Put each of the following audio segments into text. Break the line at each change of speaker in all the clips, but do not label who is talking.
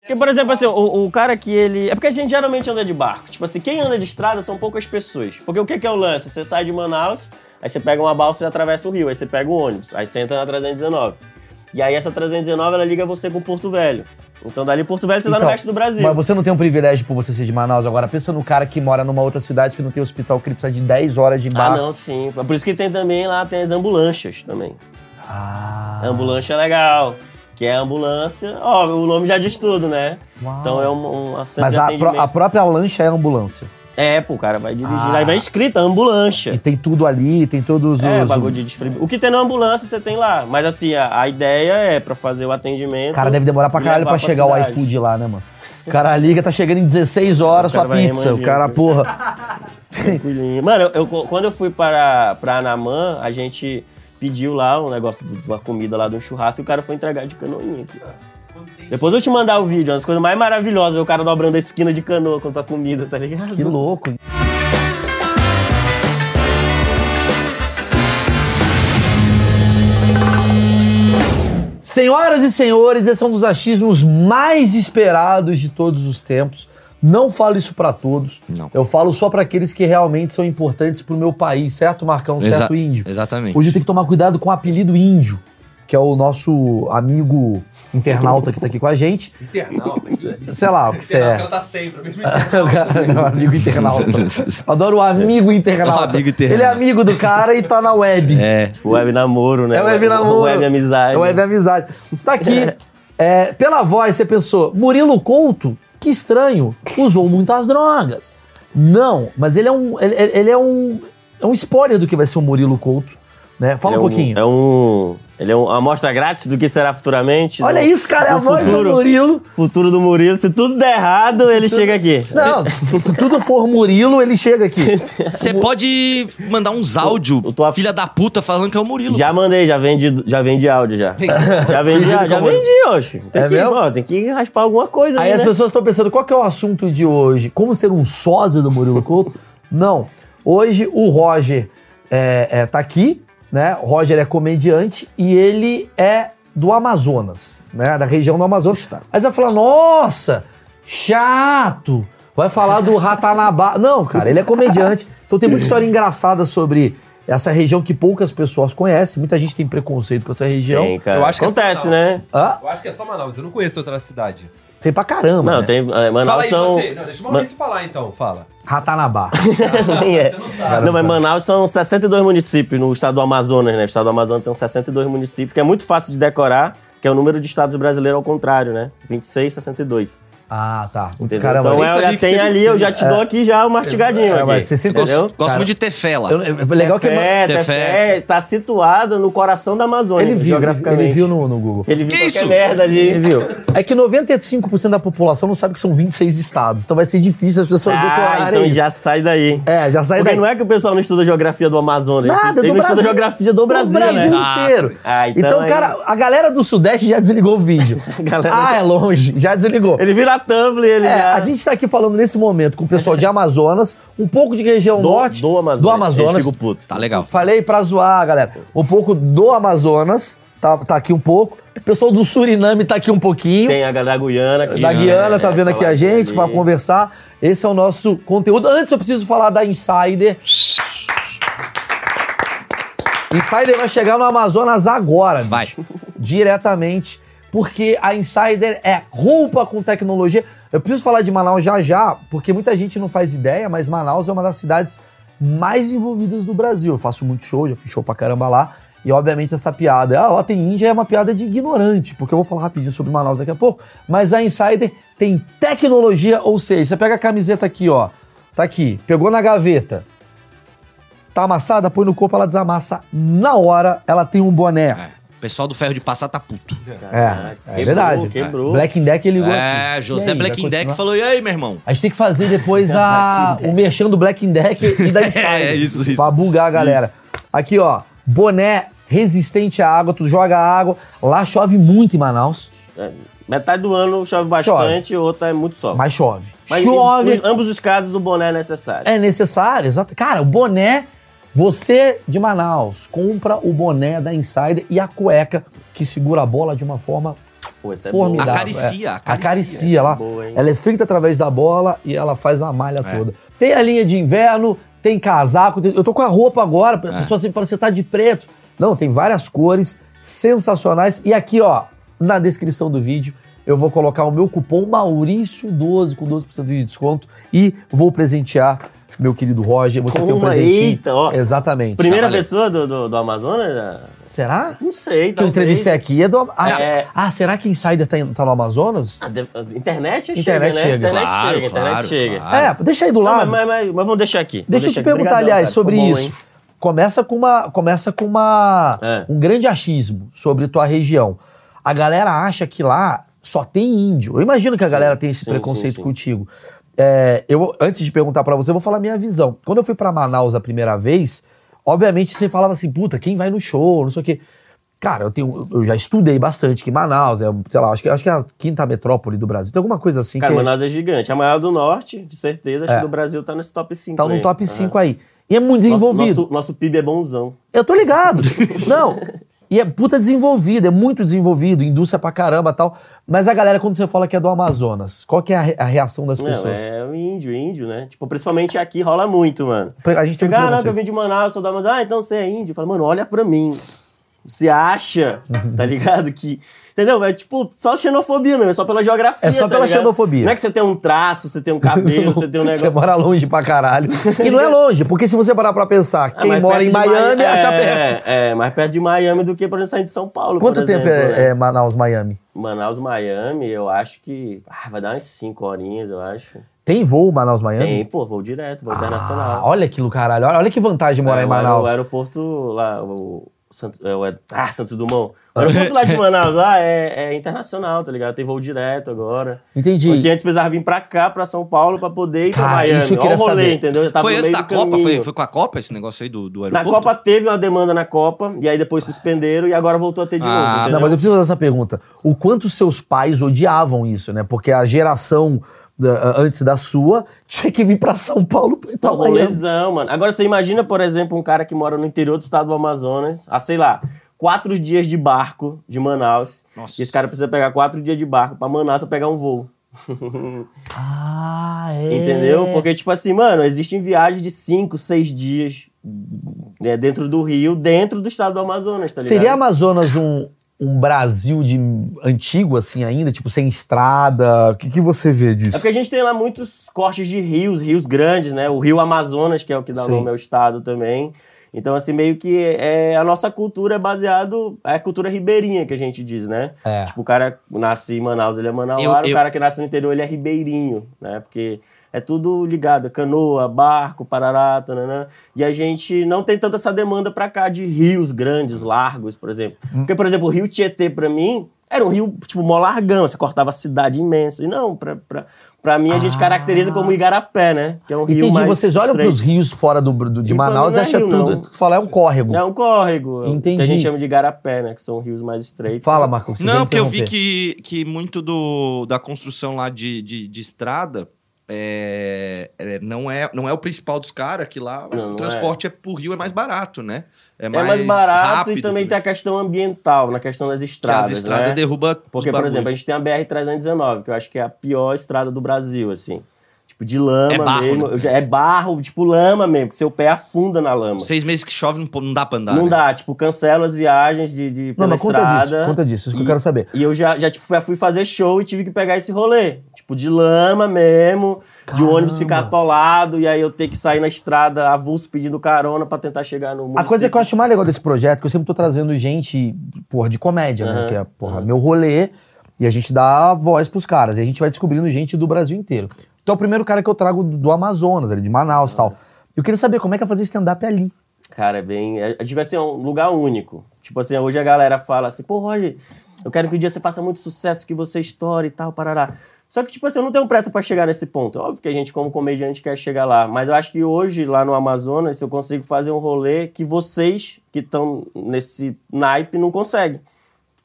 Porque, por exemplo, assim, o, o cara que ele. É porque a gente geralmente anda de barco. Tipo assim, quem anda de estrada são poucas pessoas. Porque o que, que é o lance? Você sai de Manaus, aí você pega uma balsa e atravessa o rio, aí você pega o ônibus, aí você entra na 319. E aí essa 319 ela liga você com Porto Velho. Então dali Porto Velho você dá no
Então,
resto do Brasil.
Mas você não tem um privilégio por você ser de Manaus agora. Pensa no cara que mora numa outra cidade que não tem hospital, que ele precisa de 10 horas de
Ah,
barco.
não, sim. Por isso que tem também lá, tem as ambulâncias também.
Ah,
Ambulância é legal. Que é ambulância. Ó, o nome já diz tudo, né?
Uau.
Então é um, um assento
Mas
de
a,
atendimento.
pró- a própria lancha é ambulância.
É, pô, o cara vai dirigir.
Ah.
Aí vai escrita, ambulância.
E tem tudo ali, tem todos os.
É, bagulho de distribuir. O que tem na ambulância você tem lá. Mas assim, a, a ideia é pra fazer o atendimento.
O cara deve demorar pra
e
caralho
levar
pra chegar o
cidade.
iFood lá, né, mano? O cara liga, tá chegando em 16 horas
O cara
sua
vai né?
pizza. O
remangindo.
cara, porra.
Tranquilinho. Mano, eu, eu- quando eu fui para, pra Anamã, a gente pediu lá um negócio de uma comida lá de um churrasco e o cara foi entregar de canoinha. aqui. Depois eu te mandar o vídeo, é uma das coisas mais maravilhosas, ver o cara dobrando a esquina de canoa com tua comida, tá ligado?
Que louco. Senhoras e senhores, esse é um dos achismos mais esperados de todos os tempos. Não falo isso pra todos.
Não.
Eu falo só pra aqueles que realmente são importantes pro meu país, certo, Marcão?
Exa-
certo, índio?
exatamente.
Hoje eu tenho que tomar cuidado com o apelido índio, que é o nosso amigo internauta que tá aqui com a gente.
Internauta aqui.
Sei lá o que você é.
Ela tá sempre, mesmo
O cara- não, amigo internauta. Adoro o amigo internauta.
É o amigo internauta.
Ele é amigo do cara e tá na web.
É.
O web namoro, né?
É web namoro.
Web amizade.
É web amizade. Tá aqui. É, pela voz, você pensou, Murilo Couto, que estranho, usou muitas drogas. Não, mas ele é um. Ele, ele é um. É um spoiler do que vai ser o Murilo Couto, né? Fala
Ele
um
é
pouquinho.
É um. Ele é um- uma amostra grátis do que será futuramente. né?
Olha
do-
isso, cara, é a
do
voz do
futuro.
Murilo.
Futuro do Murilo. Se tudo der errado, ele chega aqui.
Não, se, se tudo for Murilo, ele chega aqui.
Você pode mandar uns áudios,
eu tô af-
filha da puta, falando que é o Murilo.
Já mandei, já vendi, já vendi áudio já. já vendi, já, já vendi hoje. Tem,
É
que,
mesmo?
ó, tem que raspar alguma coisa
Aí
aí,
as
né?
pessoas estão pensando, qual que é o assunto de hoje? Como ser um sósia do Murilo Couto? Não. Hoje o Roger é, é, tá aqui, né? O Roger é comediante e ele é do Amazonas, né? Da região do Amazonas. Aí você vai falar, nossa, chato! Vai falar do Ratanabá. Não, cara, ele é comediante. Então tem muita história engraçada sobre essa região que poucas pessoas conhecem. Muita gente tem preconceito com essa região.
Tem, cara.
Eu acho que
Acontece,
é
né?
Hã?
Eu acho que é só Manaus, eu não conheço outra cidade.
Tem pra caramba.
Não,
né?
tem. é,
Fala
Manaus
aí
são.
você. Não, deixa o Maurício falar então, fala.
Ratanabá.
Nem é.
Você
não,
não sabe.
mas Manaus são 62 municípios no estado do Amazonas, né? O estado do Amazonas tem uns 62 municípios, que é muito fácil de decorar, que é o número de estados brasileiros ao contrário, né? 26, 62.
Ah, tá.
Entendeu?
Caramba,
então
eu nem
eu
sabia
já
que
tem
tinha
ali,
25.
eu já te dou aqui já o mastigadinho.
É, mas
aqui,
60
gosto
entendeu?
gosto
Cara,
muito de ter fé lá.
Eu- é legal que
Tefé,
Tefé.
Tefé, tá situada no coração da Amazônia,
ele viu,
geograficamente.
ele viu no, no Google.
Ele viu
Que
qualquer
isso?
merda ali.
Ele viu. É que 95% da população não sabe que são 26 estados, então vai ser difícil as pessoas
Ah,
decorarem
então
é isso.
já sai daí.
É, já sai
Porque
daí.
não é que o pessoal não estuda geografia do Amazonas.
Nada,
ele
do
não estuda
Brasil.
geografia do Brasil, né?
Brasil
né?
inteiro.
Ah,
então,
então aí-
cara, a galera do Sudeste já desligou o vídeo.
galera-
Ah, é longe, já desligou.
Ele vira Tumblr, ele
É,
já...
a gente tá aqui falando nesse momento com o pessoal de Amazonas, um pouco de região
do,
norte
do Amazonas.
do Amazonas.
Eles ficam putos.
Tá legal.
Falei pra zoar, galera. Um pouco do Amazonas, tá, tá aqui um pouco. O pessoal do Suriname tá aqui um pouquinho.
Tem a galera da Guiana aqui.
da Guiana
É,
tá vendo aqui
falar
a gente
ali.
pra conversar. Esse é o nosso conteúdo. Antes eu preciso falar da Insider. Insider vai chegar no Amazonas agora, bicho.
Vai.
Diretamente. Porque a Insider é roupa com tecnologia. Eu preciso falar de Manaus já já, porque muita gente não faz ideia, mas Manaus é uma das cidades mais envolvidas do Brasil. Eu faço muito show, já fiz show pra caramba lá. E obviamente essa piada, ah, lá tem Índia, é uma piada de ignorante, porque eu vou falar rapidinho sobre Manaus daqui a pouco. Mas a Insider tem tecnologia, ou seja, você pega a camiseta aqui, ó. Tá aqui, pegou na gaveta tá amassada, põe no corpo, ela desamassa na hora, ela tem um boné.
É, O pessoal do ferro de passar tá puto.
É, é
quebrou,
verdade.
quebrou.
Black in Deck ele ligou
É,
aqui. E
José
aí,
Black
vai
in Deck
continuar?
falou: e aí, meu irmão?
A gente tem que fazer depois a, o merchan do Black in Deck e da Insider.
É, isso, isso.
Pra bugar a galera. Aqui, ó, boné resistente à água, tu joga água. Lá chove muito em Manaus,
É, Metade do ano chove bastante, outra é muito sol.
mas chove.
Mas em
chove,
os- ambos os casos o boné é necessário.
É necessário, exato. Cara, o boné, você de Manaus, compra o boné da Insider e a cueca que segura a bola de uma forma
Pô, essa é
formidável.
boa.
Acaricia,
é.
acaricia.
Acaricia lá.
Boa, hein?
ela é feita através da bola e ela faz a malha
É.
toda. Tem a linha de inverno, tem casaco. tem- Eu tô com a roupa agora,
É.
a pessoa sempre fala, você tá de preto. Não, tem várias cores sensacionais. E aqui, ó, na descrição do vídeo, eu vou colocar o meu cupom Maurício12 com 12% de desconto e vou presentear meu querido Roger. Você
Com
tem um
uma-
presentinho.
eita, ó.
Exatamente.
Primeira
Trabalha-
pessoa do, do, do Amazonas? né?
Será?
Não sei, tá
Que eu
talvez.
entrevistei aqui é do... Ah,
um É.
ah, será que Insider tá, em- tá no Amazonas?
Ah, de- Internet,
Internet
chega, né?
chega.
Internet
Claro,
chega, internet
claro,
chega.
claro.
É, deixa aí do
Não,
lado.
mas, mas, mas, mas vamos deixar aqui.
Deixa eu
Vamos
te
deixar aqui.
perguntar,
Obrigadão,
aliás,
cara,
sobre
ficou bom,
isso.
hein?
Começa com uma, começa com uma
É.
um grande achismo sobre tua região. A galera acha que lá só tem índio. Eu imagino que a galera tem esse
sim,
preconceito
sim, sim.
contigo. É, eu antes de perguntar pra você, eu vou falar a minha visão. Quando eu fui pra Manaus a primeira vez, obviamente você falava assim, puta, quem vai no show, não sei o quê. Cara, eu, tenho, eu já estudei bastante que Manaus é, sei lá, acho que, acho que é a quinta metrópole do Brasil. Tem alguma coisa assim
Cara,
que
Manaus é gigante. A maior do norte, de certeza, acho que do Brasil tá nesse top 5.
É. tá no
aí.
top
Aham.
5 aí. E é muito
Nosso-
desenvolvido.
Nosso, nosso PIB é bonzão.
Eu tô ligado. Não. E é puta desenvolvido, é muito desenvolvido, indústria pra caramba e tal. Mas a galera, quando você fala que é do Amazonas, qual que é a, re- a reação das
Não,
pessoas?
é o índio, índio, né? Tipo, principalmente aqui rola muito, mano.
A gente tem um
Chega, ah, não, que eu
preconceito.
vim de Manaus, sou da Amazonas. Ah, então você é índio. Fala, mano, olha pra mim. Você acha, tá ligado? Que. Entendeu? É tipo, só xenofobia mesmo, é só pela geografia.
É só
tá
pela
ligado?
xenofobia.
Não é que você tem um traço, você tem um cabelo, você tem um negócio.
Você mora longe pra caralho. E não é longe, porque se você parar pra pensar,
Ah,
quem
mas
mora
perto
em
de
Miami acha
é,
perto.
É, mais perto de Miami do que por exemplo sair de São Paulo.
Quanto
por
tempo
exemplo,
é,
né?
é Manaus, Miami?
Manaus, Miami, eu acho que. Ah, vai dar umas 5 horinhas, eu acho.
Tem voo Manaus, Miami?
Tem, pô, vou direto, vou
É? Ah,
internacional.
olha que lu- caralho, olha, olha que vantagem morar
É,
em
o aer-
Manaus.
O aeroporto lá, o. Santo, é, o aer- ah, Santos Dumont. O aeroporto lá de Manaus lá é, é internacional, tá ligado? Tem voo direto agora.
Entendi.
Porque antes precisava vir pra cá, pra São Paulo, pra poder ir pra
Cara,
Miami.
isso eu
Olha
queria
o rolê,
saber.
entendeu? Já tava
foi
tá no
antes
meio
da
do
Copa?
caminho.
Foi, foi com a Copa esse negócio aí do, do
Na
aeroporto?
Copa teve uma demanda na Copa, e aí depois suspenderam, e agora voltou a ter de novo.
Ah,
entendeu?
Não, mas eu preciso fazer essa pergunta. O quanto seus pais odiavam isso, né? Porque a geração da- a- antes da sua tinha que vir pra São Paulo pra ir pra
Tá um
Miami.
rolezão, mano. Agora você imagina, por exemplo, um cara que mora no interior do estado do Amazonas, a sei lá, quatro dias de barco de Manaus.
Nossa.
E esse cara precisa pegar quatro dias de barco pra Manaus pra pegar um voo.
Ah, é.
Entendeu? Porque, tipo assim, mano, existem viagens de cinco, seis dias né, dentro do Rio, dentro do estado do Amazonas, tá ligado?
Seria Amazonas um, um Brasil de antigo, assim, ainda? Tipo, sem estrada? O que, que você vê
É
disso?
porque a gente tem lá muitos cortes de rios, rios grandes, né? O Rio Amazonas, que é o que dá
Sim.
o nome ao estado também. Então, assim, meio que é, a nossa cultura é baseado... É a cultura ribeirinha que a gente diz, né?
É.
Tipo, o cara nasce em Manaus, ele é
Eu-
manauara.
eu-
O cara que nasce no interior, ele é ribeirinho, né? Porque é tudo ligado. Canoa, barco, parará, tananã. E a gente não tem tanta essa demanda pra cá de rios grandes, largos, por exemplo.
Hum.
Porque, por exemplo, o rio Tietê, pra mim... Era um rio, tipo, mó largão, você cortava a cidade imensa. E não, pra, pra, pra mim a gente
Ah.
caracteriza como Igarapé, né? Que é um rio
Entendi,
mais
vocês olham
estreito.
pros rios fora do, do- de
Então,
Manaus e
não é
acham
rio,
tudo.
não.
Tu fala, é um córrego.
É um córrego. Que
Entendi.
a gente chama de Igarapé, né? Que são rios mais estreitos.
Fala, Marcos.
Não, porque eu vi que, que muito do, da construção lá de, de, de estrada é, é, não, é, não é o principal dos caras, que lá
Não, não
o transporte é. por rio é mais barato, né? É
É mais barato e também tem a questão ambiental, na questão das
que
estradas.
as estradas
né?
derruba
Porque,
os
por
bagulho.
exemplo, a gente tem a BR-319, que eu acho que é a pior estrada do Brasil, assim. Tipo, de lama
É barro,
mesmo.
né?
Eu já- É barro, tipo lama mesmo, que seu pé afunda na lama.
seis meses que chove não, po- não dá pra andar.
não
né?
dá, tipo, cancela as viagens de, de pela
Não, mas conta
estrada.
disso, conta disso, isso que eu
E-
quero saber.
E eu já, já tipo, fui- fui fazer show e tive que pegar esse rolê. Tipo, de lama mesmo, de
Caramba.
o ônibus ficar atolado, e aí eu ter que sair na estrada avulso pedindo carona pra tentar chegar no município.
A coisa que eu acho mais legal desse projeto é que eu sempre tô trazendo gente, porra, de comédia, né?
Aham,
Que é, porra, meu rolê. E a gente dá voz pros caras. E a gente vai descobrindo gente do Brasil inteiro. Então, é o primeiro cara que eu trago do, do Amazonas, ali, de Manaus e tal. Eu queria saber como é que é fazer stand-up ali.
Cara, é bem. É, é, devia ser um lugar único. Tipo assim, hoje a galera fala assim, pô, Roger, eu quero que um dia você faça muito sucesso, que você estoure e tal, parará. Só que, tipo assim, eu não tenho pressa pra chegar nesse ponto. É Óbvio que a gente, como comediante, quer chegar lá. Mas eu acho que hoje, lá no Amazonas, eu consigo fazer um rolê que vocês que estão nesse naipe não conseguem.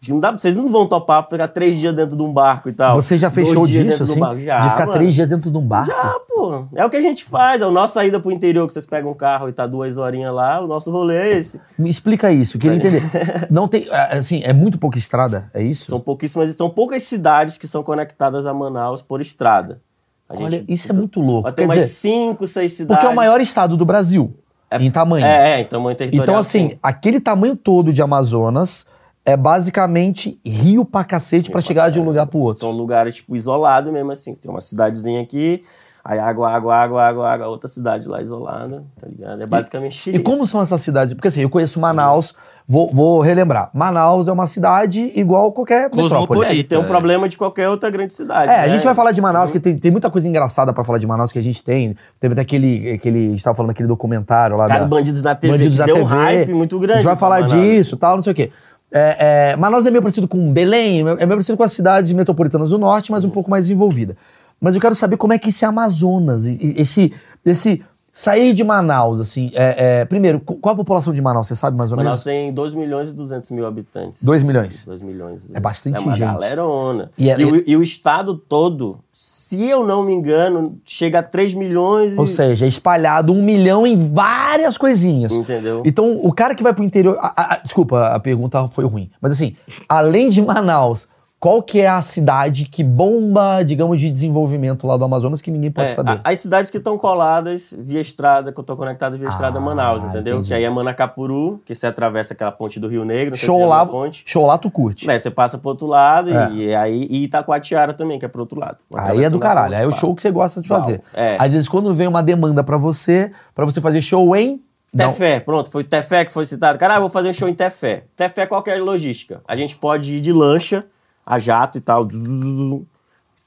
Não dá, vocês não vão topar ficar três dias dentro de um barco e tal.
Você já
Dois
fechou
dias
disso,
dentro do
assim?
barco. Já,
de ficar
mano.
três dias dentro de um barco?
Já, pô. É o que a gente faz. É a nossa saída pro interior, que vocês pegam um carro e tá duas horinhas lá. O nosso rolê é esse.
Me explica isso, eu queria entender. Não tem, ah, assim, é muito pouca estrada, é isso?
São pouquíssimas, são poucas cidades que são conectadas a Manaus por estrada. A
Olha, isso é muito louco.
Vai ter
Quer
umas
dizer,
cinco, seis cidades.
porque é o maior estado do Brasil, em tamanho.
É, é, em tamanho territorial.
Então, assim,
sim.
aquele tamanho todo de Amazonas é basicamente rio pra cacete pra chegar de um lugar pro outro.
São lugares, tipo, isolados mesmo, assim. Tem uma cidadezinha aqui, aí água, água, água, água, água, outra cidade lá isolada, tá ligado? É basicamente
E
isso.
como são essas cidades? Porque assim, eu conheço Manaus, vou, vou relembrar. Manaus é uma cidade igual qualquer metrópole.
Cosmopolita.
É, e tem um
É.
problema de qualquer outra grande cidade.
É, a
né?
gente vai falar de Manaus, que tem, tem muita coisa engraçada pra falar de Manaus que a gente tem. Teve até aquele. aquele a gente tava falando aquele documentário lá
Cara,
da.
Bandidos na TV,
Bandidos
que
da
deu um
TV.
hype muito grande.
A gente vai
pra
falar
Manaus.
disso tal, não sei o quê. É, é, Manaus é meio parecido com Belém, é meio parecido com as cidades metropolitanas do norte, mas um pouco mais envolvida. Mas eu quero saber como é que esse Amazonas, e- e- esse, esse sair de Manaus, assim, é, é, primeiro, qu- qual a população de Manaus? Você sabe mais ou
Manaus
menos?
tem 2 milhões e 200 mil habitantes.
2 milhões.
2 milhões.
É bastante
é uma
gente.
galerona.
E
E,
ela- é-
o, e o estado todo, se eu não me engano, chega a 3 milhões
Ou
e...
seja, é espalhado um milhão em várias coisinhas.
Entendeu?
Então, o cara que vai pro interior. a- a- a- desculpa, a pergunta foi ruim. Mas assim, além de Manaus, qual que é a cidade que bomba, digamos, de desenvolvimento lá do Amazonas que ninguém pode
É,
saber?
a- as cidades que estão coladas via estrada, que eu tô conectado via estrada
Ah,
Manaus, entendeu?
entendi.
Que aí é Manacapuru, que você atravessa aquela ponte do Rio Negro, não sei se
show,
lembra
lá,
da ponte.
show lá, tu curte.
É, você passa pro outro lado
É.
e, e aí e Itacoatiara também, que é pro outro lado.
Aí é do
Atravessando a
caralho,
ponte,
aí é o
pá.
show que você gosta de
Uau,
fazer.
é.
Às vezes, quando vem uma demanda pra você, pra você fazer show em. Não.
Tefé, pronto, foi Tefé que foi citado. Caralho, vou fazer um show em Tefé. Tefé é qualquer logística. A gente pode ir de lancha, a jato e tal. Zzzz.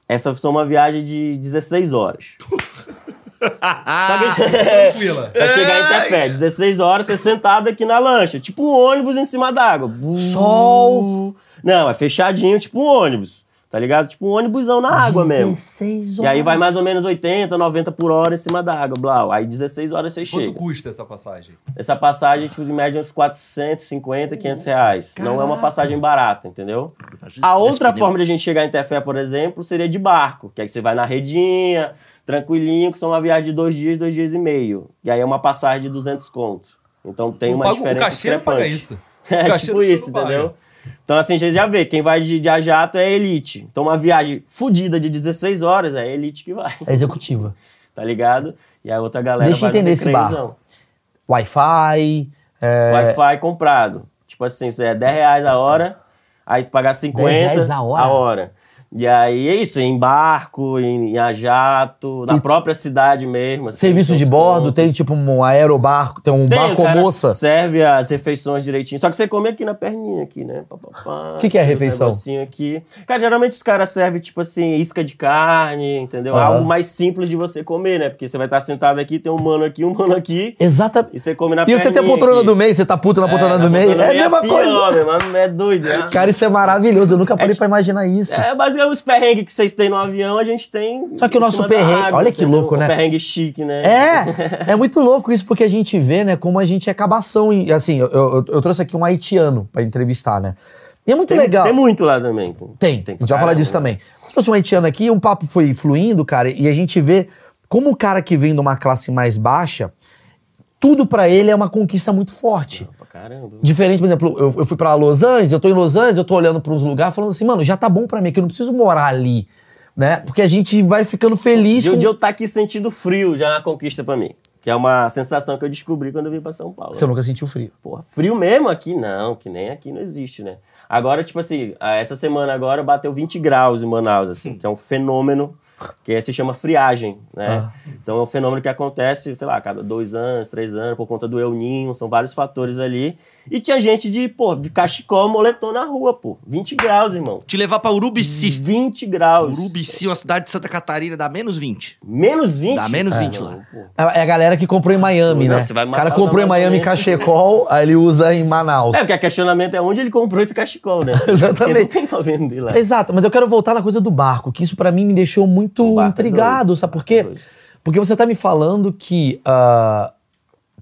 Essa foi uma viagem de 16 horas.
Ah.
É.
Tranquila.
Pra chegar em Tefé, 16 horas, você sentado aqui na lancha. Tipo um ônibus em cima d'água.
Sol.
Não, é fechadinho, tipo um ônibus. Tá ligado? Tipo um ônibusão na água mesmo.
16
E aí vai mais ou menos 80, 90 por hora em cima d'água, blau. Aí 16 horas você
Quanto
chega.
custa essa passagem?
Essa passagem, tipo, em média, uns 450, 500 reais. Não é uma passagem barata, entendeu? A outra forma de a gente chegar em Tefé, por exemplo, seria de barco. Que aí você vai na redinha, tranquilinho, que são uma viagem de dois dias, dois dias e meio. E aí é uma passagem de 200 conto. Então tem
Eu
uma
pago-
diferença
O caixeiro paga
discrepante.
isso. O
É
caixeiro
tipo
do né?
isso,
Surubaia.
entendeu? Então, assim, vocês já vê, quem vai de, de a jato é elite. Então, uma viagem fodida de 16 horas, é a elite que vai,
É executiva.
tá ligado? E a outra galera
Deixa eu
vai no
entender esse
recreiozão.
Wi-Fi. É,
Wi-Fi comprado. Tipo assim, isso é 10 reais a hora, aí tu pagar 50
reais a hora?
E aí é isso, em barco, em, em a jato, na
E-
própria cidade mesmo. assim,
serviço
tem
de
os
bordo,
pontos.
tem tipo um aerobarco, tem um
Tem, os
barco
caras
moça.
Serve as refeições direitinho. Só que você come aqui na perninha, aqui, né? Pá, pá, pá,
O que que é
tira os
refeição?
negocinho Aqui. Cara, geralmente os caras servem, tipo assim, isca de carne, entendeu?
Aham.
Algo mais simples de você comer, né? Porque você vai estar sentado aqui, tem um mano aqui, um mano aqui,
Exatamente.
e você come na
E
perninha.
você tem a poltrona
aqui.
do meio, você tá puto na poltrona
É,
do
na
meio.
poltrona
É a mesma
pior,
coisa.
meu irmão, é doido, né?
Cara, isso é maravilhoso. Eu nunca parei
É,
pra imaginar isso.
É basicamente os perrengues que vocês têm no avião, a gente tem.
Só que o
em
nosso
cima da
perrengue-
água,
olha que
entendeu?
louco,
Um
né?
Perrengue chique, né?
É, é muito louco isso, porque a gente vê, né, como a gente é cabação. E, assim, eu, eu, eu trouxe aqui um haitiano pra entrevistar, né? E é muito
Tem,
legal.
tem muito lá também.
Tem, a gente vai falar
caramba,
disso
né?
também. Se fosse um haitiano aqui, um papo foi fluindo, cara, e a gente vê como o cara que vem de uma classe mais baixa, tudo pra ele é uma conquista muito forte.
Pra caramba.
Diferente, por exemplo, eu, eu fui pra Los Angeles, eu tô em Los Angeles, eu tô olhando pra uns lugares falando assim, mano, já tá bom pra mim, que eu não preciso morar ali, né? Porque a gente vai ficando feliz
De
com...
onde eu tá aqui sentindo frio já é uma conquista pra mim. Que é uma sensação que eu descobri quando eu vim pra São Paulo.
Você nunca sentiu frio.
Porra, frio mesmo aqui? Não, que nem aqui não existe, né? Agora, tipo assim, ah, essa semana agora bateu 20 graus em Manaus, assim, que é um fenômeno que se chama friagem,
Ah.
né? Então é um fenômeno que acontece, sei lá, a cada dois anos, três anos, por conta do El Ninho, são vários fatores ali. E tinha gente de, pô, de cachecol, moletom na rua, pô. 20 graus, irmão.
Te levar pra Urubici.
20 graus.
Urubici, uma cidade de Santa Catarina, dá menos 20.
Menos 20?
Dá menos
Ah,
20
não,
lá.
pô.
É a galera que comprou em Miami,
Não,
né?
você vai
O
matar
cara
os
comprou em Miami
amazonenses.
cachecol, aí ele usa em Manaus.
É, porque o questionamento é onde ele comprou esse cachecol, né?
Exatamente.
Porque não tem pra vender lá.
Exato, mas eu quero voltar na coisa do barco, que isso pra mim me deixou
O
muito
barco é
intrigado,
doido,
sabe
o
por
barco é
quê?
doido.
Porque você tá me falando que ah,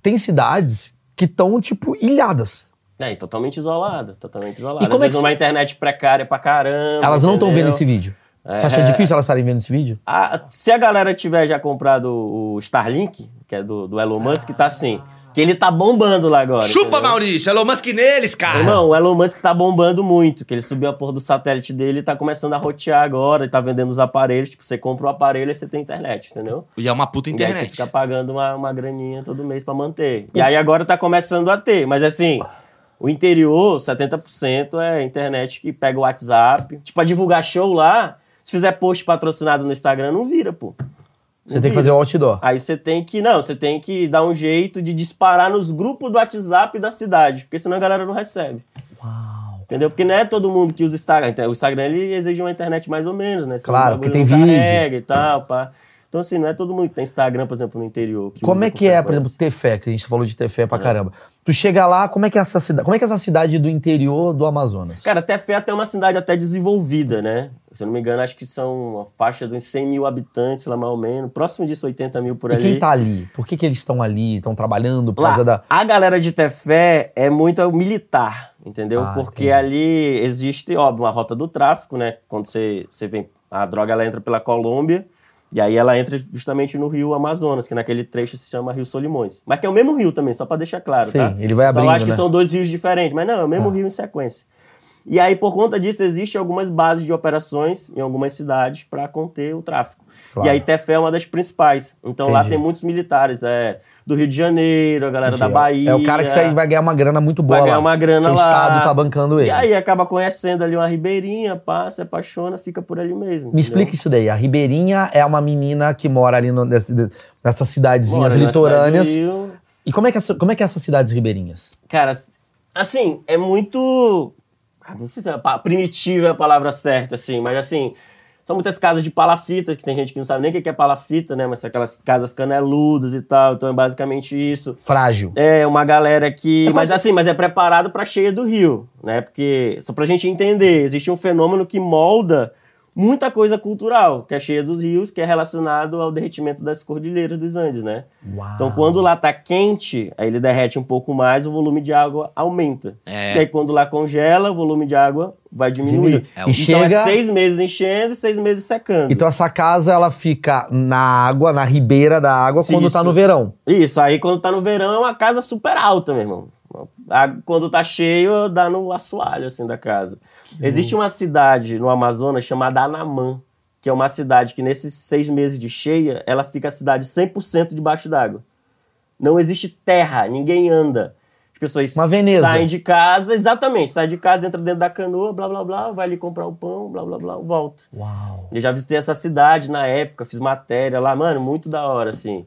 tem cidades que estão, tipo, ilhadas.
É, e totalmente isolada, totalmente isolada.
E como
Às
é
vezes
que-
uma internet precária pra caramba.
Elas não estão
entendeu?
vendo esse vídeo.
É.
Você acha difícil elas estarem vendo esse vídeo?
Ah, se a galera tiver já comprado o Starlink, que é do, do Elon Musk, tá assim. Que ele tá bombando lá agora.
Chupa,
entendeu?
Maurício! Elon Musk neles, cara!
Não, o Elon Musk tá bombando muito, que ele subiu a porra do satélite dele e tá começando a rotear agora e tá vendendo os aparelhos. Tipo, você compra o aparelho e você tem internet, entendeu?
E é uma puta
E aí você
internet.
fica pagando uma, uma graninha todo mês pra manter. E aí agora tá começando a ter, mas assim. O interior, 70% é internet que pega o WhatsApp. Tipo, pra divulgar show lá, se fizer post patrocinado no Instagram, não vira, pô.
Você tem que fazer o outdoor.
Aí você tem que, não, você tem que dar um jeito de disparar nos grupos do WhatsApp da cidade, porque senão a galera não recebe. Uau. Entendeu? Porque não é todo mundo que usa Instagram. Então, O Instagram ele exige uma internet mais ou menos, né? Senão o
Claro,
bagulho
porque tem
não
vídeo.
Carrega e tal, pá. Então, assim, não é todo mundo que tem Instagram, por exemplo, no interior. que
Como
usa assim.
é
com Ah.
que é, por
frequência.
exemplo, Tefé, que a gente falou de Tefé pra caramba. Tu chega lá, como é que é essa cidade? Como é que é essa cidade do interior do Amazonas?
Cara, Tefé até é uma cidade até desenvolvida, né? Se eu não me engano, acho que são a faixa de uns 100 mil habitantes, lá mais ou menos. Próximo disso, 80 mil por
e
ali.
quem tá ali? Por que, que eles estão ali? Estão trabalhando por
Lá,
causa da.
A galera de Tefé é muito militar, entendeu?
Ah,
Porque
entendi.
ali existe, óbvio, uma rota do tráfico, né? Quando você, você vem. A droga ela entra pela Colômbia e aí ela entra justamente no rio Amazonas, que naquele trecho se chama Rio Solimões. Mas que é o mesmo rio também, só pra deixar claro,
Sim,
tá?
ele vai abrindo,
Só acho que
né? Ah.
são dois rios diferentes, mas não, é o mesmo rio em sequência. E aí, por conta disso, existem algumas bases de operações em algumas cidades para conter o tráfico.
Claro.
E aí, Tefé é uma das principais. Então, lá
Entendi.
tem muitos militares, é, do Rio de Janeiro, a galera da
Entendi.
Bahia.
É o cara que sai- vai ganhar uma grana muito boa.
Vai ganhar
lá,
uma grana
que
lá.
O Estado tá bancando ele.
E aí acaba conhecendo ali uma ribeirinha, passa, apaixona, fica por ali mesmo.
Me
entendeu?
explica isso daí. A Ribeirinha é uma menina que mora ali no- ness- nessas
Mora
cidadezinhas
na
assim, litorâneas.
né? cidade do Rio.
E como é, que essa- como é que é essas cidades ribeirinhas?
Cara, assim, é muito. ah, Não sei se é a pa- primitiva é a palavra certa, assim, mas assim. São muitas casas de palafita, que tem gente que não sabe nem o que que é palafita, né? Mas são aquelas casas caneludas e tal, então é basicamente isso.
Frágil.
É, uma galera que.
É
mas
quase-
assim, mas é preparado pra cheia do rio, né? Porque, só pra gente entender, existe um fenômeno que molda muita coisa cultural, que é a cheia dos rios, que é relacionado ao derretimento das cordilheiras dos Andes, né?
Uau.
Então, quando lá tá quente, aí ele derrete um pouco mais, o volume de água aumenta.
É.
E aí, quando lá congela, o volume de água vai diminuir.
Diminui. E
É,
Então,
então
chega.
é seis meses enchendo e seis meses secando.
Então essa casa ela fica na água, na ribeira da água, quando tá
Isso.
no verão.
Isso, aí quando tá no verão é uma casa super alta, meu irmão. A- Quando tá cheio, dá no assoalho, assim, da casa. Existe uma cidade no Amazonas chamada Anamã, que é uma cidade que nesses seis meses de cheia, ela fica a cidade 100% debaixo d'água. Não existe terra, ninguém anda. As pessoas
Uma Veneza.
saem de casa, exatamente, saem de casa, entra dentro da canoa, blá, blá, blá, vai ali comprar o pão, blá, blá, blá, volta.
Uau.
Eu já visitei essa cidade na época, fiz matéria lá, mano, muito da hora, assim.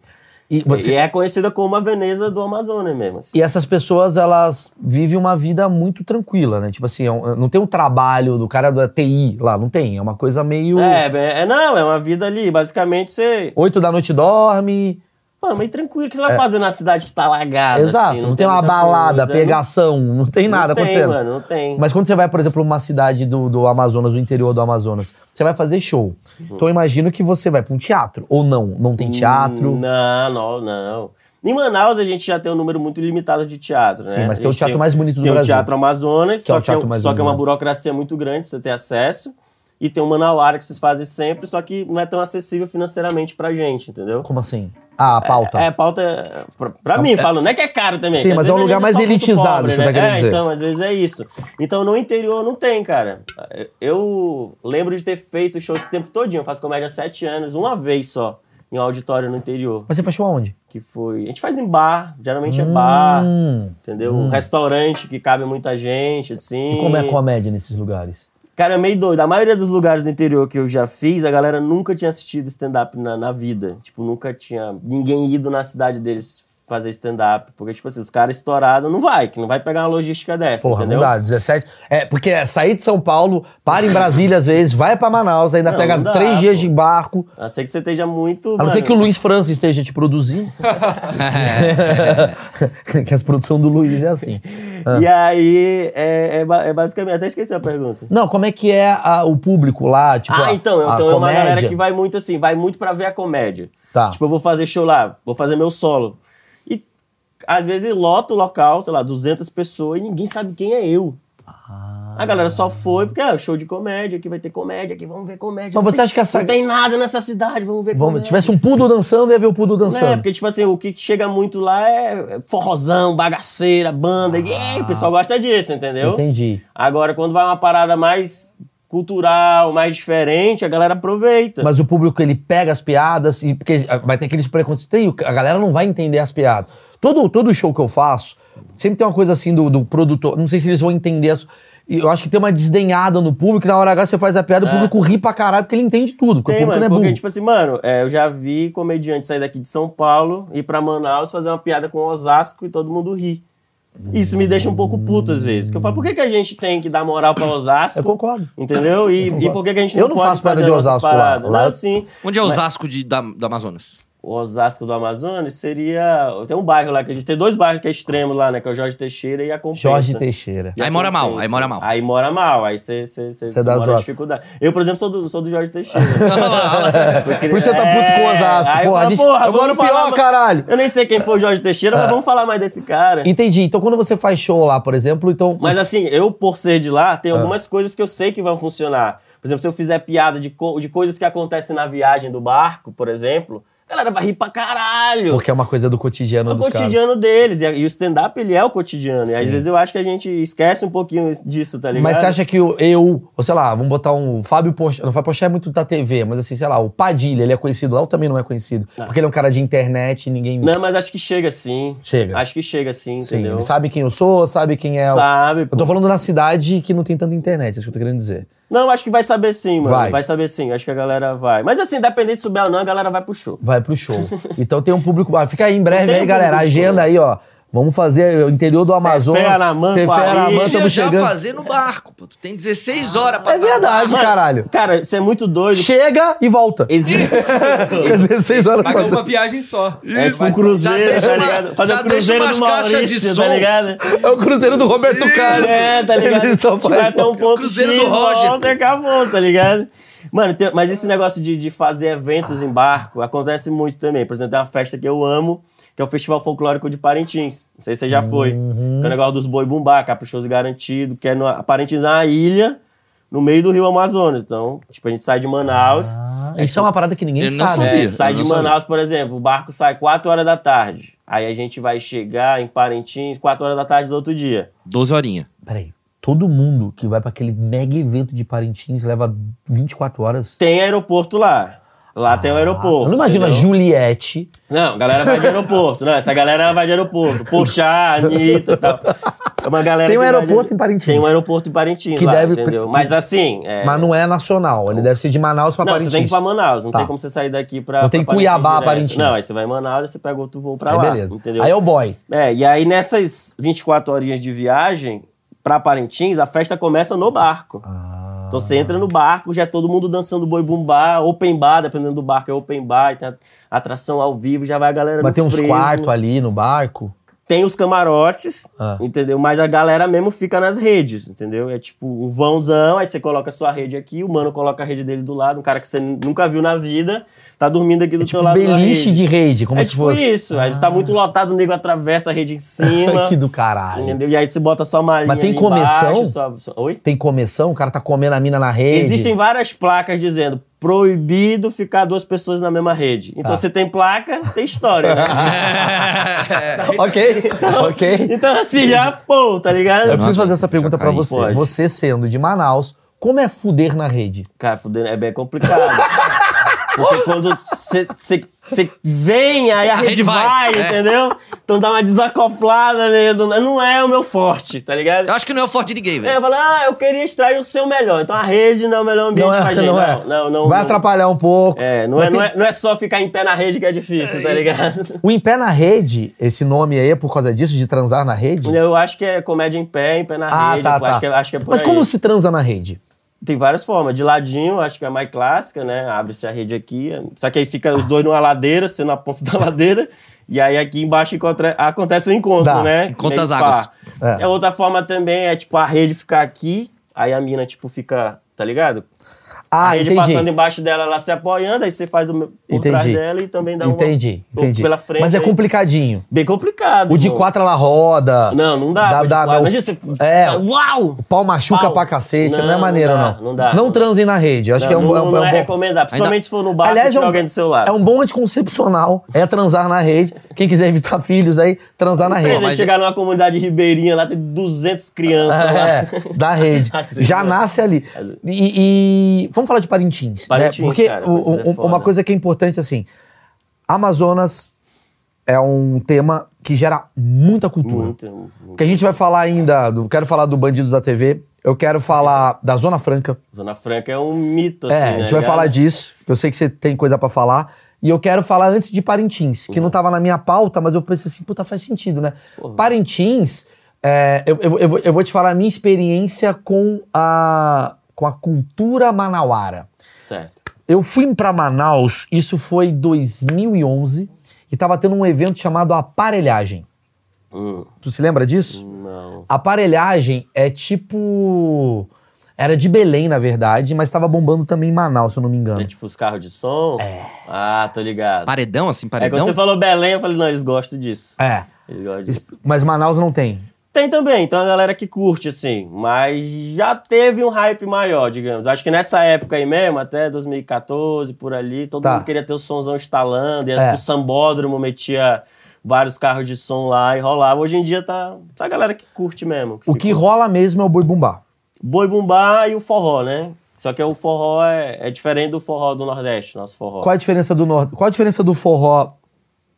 E, você-
E é conhecida como a Veneza do Amazonas mesmo. assim.
e essas pessoas elas vivem uma vida muito tranquila, né? Tipo assim, é um- não tem um trabalho do cara da TI lá, não tem. É uma coisa meio
É, bem, é, não, é uma vida ali. Basicamente, você.
oito da noite dorme.
Pô, meio tranquilo. O que você vai fazer na cidade que tá alagada?
É. Exato.
assim?
não, tem uma
muita
balada,
coisa, né?
pegação, não, tem
não-
nada
não
acontecendo.
Tem, mano, não tem.
Mas quando você vai, por exemplo, uma cidade do, do Amazonas, do interior do Amazonas, você vai fazer show. Então eu imagino que você vai pra um teatro. Ou não, não tem é teatro.
Hum, Não, não, não. Em Manaus a gente já tem um número muito limitado de teatro, né?
Sim, mas
A
tem o
gente
teatro mais bonito do
tem um
Brasil.
o Teatro Amazonas,
Que é o
só, que, é,
teatro
um-
mais
só que é uma
bonito.
burocracia muito grande pra você ter acesso. E tem o Manauara que vocês fazem sempre, só que não é tão acessível financeiramente pra gente, entendeu?
Como assim? Ah, a pauta.
É, pauta é, pra, pra mim, falando. Não é que é caro também.
um Sim,
Às
mas
vezes
é um
a
lugar
gente
mais
só muito
elitizado, você tá
né?
querendo
é,
dizer.
então, às vezes é isso. Então, no interior não tem, cara. Eu lembro de ter feito show esse tempo todinho. Eu faço comédia há sete anos, uma vez só, em um auditório no interior.
Mas você faz show aonde?
Que foi... A gente faz em bar, geralmente é bar,
Hum.
entendeu? Um restaurante que cabe muita gente, assim.
E como é a comédia nesses lugares?
Cara, é meio doido. A maioria dos lugares do interior que eu já fiz, a galera nunca tinha assistido stand-up na, na vida. Tipo, nunca tinha ninguém ido na cidade deles fazer stand-up. Porque, tipo assim, os caras estourados não vai, que não vai pegar uma logística dessa,
Porra,
entendeu?
não dá, 17. É, porque é sair de São Paulo, para em Brasília às vezes, vai pra Manaus, ainda
Não,
pega
não dá,
três dias
pô.
de barco.
A não ser que você esteja muito.
A não ser que o Luiz França esteja te produzindo.
É.
que as produções do Luiz é assim.
E aí, é, é ba- é basicamente. Até esqueci a pergunta.
Não, como é que é a- o público lá? Tipo,
ah,
a-
então,
a
então é uma
comédia?
galera que vai muito assim, vai muito pra ver a comédia.
Tá.
Tipo, eu vou fazer show lá, vou fazer meu solo. E Às vezes lota o local, sei lá, 200 pessoas e ninguém sabe quem é eu.
Ah.
A galera só foi porque é show de comédia, aqui vai ter comédia, aqui vamos ver comédia.
Mas
Não
você
tem-
acha que essa-
Não tem nada nessa cidade, vamos ver
Vamos,
comédia.
tivesse um pudo dançando, ia ver o pudo
É,
dançando.
porque, tipo assim, o que chega muito lá é forrozão, bagaceira, banda. e é, o pessoal gosta disso, entendeu?
Entendi.
Agora, quando vai uma parada mais cultural, mais diferente, a galera aproveita.
Mas o público, ele pega as piadas, e porque ah, vai ter aqueles preconceitos. Tem, A galera não vai entender as piadas. Todo, todo show que eu faço, sempre tem uma coisa assim do, do produtor. Não sei se eles vão entender isso. E eu acho que tem uma desdenhada no público, e na hora H você faz a piada, o público ri pra caralho, porque ele entende tudo, porque
É. Tem,
o
mano,
público não é
porque,
burro.
tipo assim, mano, é, eu já vi comediante sair daqui de São Paulo, ir pra Manaus, fazer uma piada com Osasco e todo mundo ri. Isso me deixa um pouco puto às vezes. Que eu falo, por que, que a gente tem que dar moral pra
Eu
Osasco?
concordo.
Entendeu? E, e por que, que a gente não
Eu não
pode
faço piada
fazer
de
nossas
Osasco lá.
paradas?
Lá-
Não, sim.
Onde é Osasco de, da, da Amazonas?
o Osasco do Amazonas seria. Tem um bairro lá que a gente tem dois bairros que é extremo lá, né? Que é o Jorge Teixeira e a Compensa.
Jorge Teixeira.
E a
Aí mora mal,
Compensa.
aí mora mal.
Aí mora mal, aí você você
Cê dá
mora
zoada.
dificuldade. Eu, por exemplo, sou do, sou do Jorge Teixeira. Porque-
Por isso você tá puto com o Osasco,
é. aí eu
porra.
falo,
A gente- eu
vamos
moro pior,
falar-
caralho. É.
Eu nem sei quem foi o Jorge Teixeira, mas vamos falar mais desse cara.
Entendi. Então quando você faz show lá, por exemplo, então.
Mas assim, eu, por ser de lá,
É.
tem algumas coisas que eu sei que vão funcionar. Por exemplo, se eu fizer piada de, co- de coisas que acontecem na viagem do barco, por exemplo, a galera vai rir pra caralho.
Porque é uma coisa do cotidiano
É o
dos caras.
cotidiano deles. E, a- e o stand-up, ele é o cotidiano. E às vezes eu acho que a gente esquece um pouquinho disso, tá ligado?
Mas você acha que o- eu, ou sei lá, vamos botar um Fábio Porchat, não, Fábio Porchat é muito da TV, mas assim, sei lá, o Padilha, ele é conhecido lá ou também não é conhecido? Porque ele é um cara de internet e ninguém...
Não, mas acho que chega sim.
Chega.
Acho que chega sim,
Sim,
entendeu?
ele sabe quem eu sou, sabe quem é... o-
Sabe,
Eu
pô.
tô falando na cidade que não tem tanta internet, é isso que eu tô querendo dizer.
Não, acho que vai saber sim, mano.
Vai.
Vai. saber sim. Acho que a galera vai. Mas assim, independente se souber ou não, a galera vai pro show.
Vai pro show. então tem um público... ah, Fica aí em breve
Tem
aí,
um
galera,
público,
agenda aí, ó. Vamos fazer o interior do Amazonas.
fera na mão,
Tem fera na
Paris.
mão,
Podia
estamos
já
tá chegando.
fazer no barco, pô. Tu tem 16 horas pra
É
tá no
verdade,
barco.
caralho.
Cara, isso é muito doido.
Chega e volta.
Existe.
16 horas.
Paga
pra-
uma viagem só.
É tipo um cruzeiro,
deixa
tá
uma-
ligado? Fazer
já
um
deixa
cruzeiro
umas
do
caixas de
Maurício, tá
som.
ligado?
É o cruzeiro do Roberto Carlos.
É, tá ligado?
Ele só
Tipo,
faz-
até um ponto
Cruzeiro
X,
do Roger.
volta e acabou, tá ligado? Mano, tem- mas esse negócio de, de fazer eventos em barco acontece muito também. Por exemplo, tem uma festa que eu amo, que é o Festival Folclórico de Parintins. Não sei se você já foi.
Uhum.
Que é o negócio dos boi bumbá, caprichoso garantido, que é no, Parintins é uma ilha no meio do rio Amazonas. Então, tipo, a gente sai de Manaus.
Ah, isso é uma parada que ninguém
Eu não
sabe.
sabia.
É, sai
eu
de
não sabia.
Manaus, por exemplo, o barco sai 4 horas da tarde. Aí a gente vai chegar em Parintins 4 horas da tarde do outro dia.
12 horinhas.
É. Peraí, todo mundo que vai pra aquele mega evento de Parintins leva 24 horas?
tem aeroporto lá. Lá tem o aeroporto.
Ah, Eu não imagino a
entendeu?
Juliette.
Não, a galera vai de aeroporto. Não, essa galera vai de aeroporto. Poxa, Anitta e tal. É uma galera
Tem um
que vai de-
aeroporto em Parintins.
Tem um aeroporto em Parintins
Que
lá,
deve-
entendeu?
que-
Mas assim... é-
Mas não é nacional, ele deve ser de Manaus pra
Não,
Parintins.
você tem que ir pra Manaus. Não
Tá.
tem como você sair daqui pra...
Não tem
pra Parintins
Cuiabá,
direto.
Parintins.
Não, aí você vai em Manaus e você pega outro voo pra
Aí
lá.
beleza.
Entendeu?
Aí é o boy.
É, e aí nessas 24 horinhas de viagem pra Parintins, a festa começa no barco. Então você entra no barco, já é todo mundo dançando boi bumbá, open bar, dependendo do barco é open bar, e tem atração ao vivo, já vai a galera
Mas
no
tem uns
frevo.
quartos ali no barco.
Tem os camarotes,
Ah.
entendeu? Mas a galera mesmo fica nas redes, entendeu? É tipo um vãozão, aí você coloca a sua rede aqui, o mano coloca a rede dele do lado, um cara que você nunca viu na vida, tá dormindo aqui do teu lado na
É Tipo, Beliche
rede.
de rede, como
é
se
tipo
fosse. Ah.
isso, aí você tá muito lotado, o nego atravessa a rede em cima.
que do caralho.
né? Entendeu? E aí você bota só uma linha.
Mas tem
ali embaixo,
comissão?
só- só- Oi?
Tem comissão, o cara tá comendo a mina na rede.
Existem várias placas dizendo proibido ficar duas pessoas na mesma rede. Então
Tá.
você tem placa, tem história. né?
É.
Ok, ok.
então assim, já, pô, tá ligado?
Eu preciso fazer essa pergunta pra
Aí,
você.
pode.
Você sendo de Manaus, como é fuder na rede?
Cara, fudendo, é bem complicado. Porque quando você vem, aí a, rede,
rede vai,
vai,
é.
entendeu? Então dá uma desacoplada meio do... Não é o meu forte, tá ligado?
Ah.
Eu acho que não é o forte de ninguém,
É,
velho.
eu falo, ah, eu queria extrair o seu melhor. Então a rede não é o melhor ambiente
Não
pra
é,
gente.
não é.
não, não, não,
Vai
não.
atrapalhar um pouco.
É, não
Mas
é,
tem-
não, é, não é só ficar em pé na rede que é difícil, tá ligado?
O Em Pé na Rede, esse nome aí é por causa disso, de transar na rede?
Eu acho que é comédia em pé, em pé na
Tipo. Ah,
rede.
tá,
pô, Acho,
tá.
que é, acho que é por
Mas
aí.
como se transa na rede?
Tem várias formas. De ladinho, acho que é a mais clássica, né? Abre-se a rede aqui. Só que aí fica os dois numa ladeira, você na ponta da ladeira. E aí aqui embaixo encontra- acontece o encontro,
Dá.
né?
Encontro
Meio
das
que pá.
águas.
É.
É. outra forma também, é tipo a rede ficar aqui, aí a mina, tipo, fica, tá ligado? a
Ah,
rede
entendi.
passando embaixo dela, ela se apoiando, aí você faz o meu- por trás
Entendi.
dela e também dá uma-
entendi,
um pouco
entendi.
pela frente.
Mas é
aí.
complicadinho.
Bem complicado.
O de
irmão.
quatro ela roda.
Não, não dá.
Dá-
o de
dá-
quatro.
dá o-
Imagina você.
É.
Uau!
O pau machuca
Pau.
pra cacete, não,
Não,
é
não
maneiro,
dá,
não.
não dá, não dá.
transem na rede. Acho
Não,
que é um,
não,
é um-
não
é um
é
bom-
recomendado, principalmente se for no bar
Aliás,
e
é um,
tiver alguém do seu lado.
é um bom anticoncepcional. É transar na rede. Quem quiser evitar filhos aí, transar na
Não sei,
rede.
se
mas-
chegar numa comunidade ribeirinha lá, tem 200 crianças lá.
É, da rede.
Assim,
Já
né?
nasce ali. E, e- vamos falar de Parintins. né?
Parintins,
Porque
cara,
o-
Parintins é
o-
foda.
uma coisa que é importante, assim, Amazonas é um tema que gera muita cultura.
Muito.
Porque a gente vai falar ainda, do, quero falar do Bandidos da TV, eu quero falar da Zona Franca.
Zona Franca é um mito,
É,
assim,
a
né,
gente vai
cara?
falar disso, que eu sei que você tem coisa pra falar. E eu quero falar antes de Parintins, que não tava na minha pauta, mas eu pensei assim, puta, faz sentido, né? Parintins, é, eu, eu- eu vou- eu vou te falar a minha experiência com a, com a cultura manauara.
Certo.
Eu fui pra Manaus, isso foi 2011, e tava tendo um evento chamado Aparelhagem.
Hum,
Tu se lembra disso?
não.
Aparelhagem é tipo. Era de Belém, na verdade, mas tava bombando também em Manaus, se eu não me engano.
É tipo os carros de som? É. Ah, tô ligado.
Paredão, assim,
É, quando
paredão?
você falou Belém, eu falei, não, eles gostam disso.
É.
Eles gostam disso.
Es- Mas Manaus não tem.
Tem também, então a galera que curte, assim, mas já teve um hype maior, digamos. Acho que nessa época aí mesmo, até 2014, por ali, todo
Tá.
mundo queria ter o somzão instalando, ia
É.
pro sambódromo, metia vários carros de som lá e rolava. Hoje em dia tá tá a galera que curte mesmo.
O
fica-
que rola mesmo é o boi bumbá.
Boi bumbá e o forró, né? Só que o forró é, é diferente do forró do Nordeste, nosso forró.
Qual a diferença do nor... Qual a diferença do forró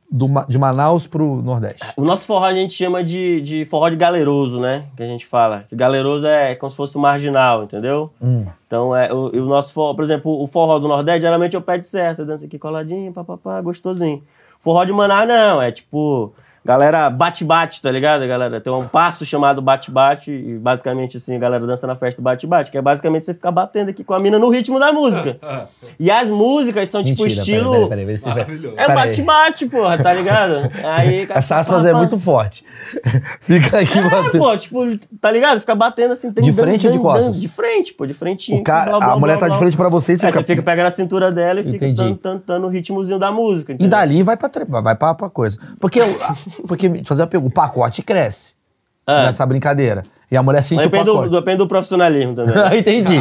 do Ma- de Manaus pro Nordeste?
O nosso forró a gente chama de, de forró de galeroso, né? Que a gente fala. Que Galeroso é como se fosse o marginal, entendeu?
Hum.
Então, é, o, e o nosso forró, por exemplo, o forró do Nordeste, geralmente é o pé de serra, você dança aqui coladinho, papapá, gostosinho. Forró de Manaus, não, é tipo, galera bate-bate, tá ligado, galera? Tem um passo chamado bate-bate, e basicamente assim, a galera dança na festa bate-bate, que é basicamente você ficar batendo aqui com a mina no ritmo da música. E as músicas são tipo estilo.
Peraí, peraí, peraí, peraí,
Maravilhoso.
É
peraí.
bate-bate, porra, tá ligado? Aí,
Essa aspas é muito forte. Fica aqui
é,
batendo.
pô, tipo, tá ligado? Fica batendo assim.
De frente ou de costas?
De frente, pô, de frente.
O cara, a mulher tá de frente pra você e você
Aí
fica...
você fica pegando a cintura dela e fica
Entendi.
tantando o ritmozinho da música.
E
entendeu?
dali vai pra, tre- vai pra, pra coisa. Porque, o- porque deixa eu fazer uma pergunta, o pacote cresce
É.
nessa brincadeira. E a mulher sente o
Depende do,
tipo, pacote.
depende do profissionalismo também.
Ah, Entendi.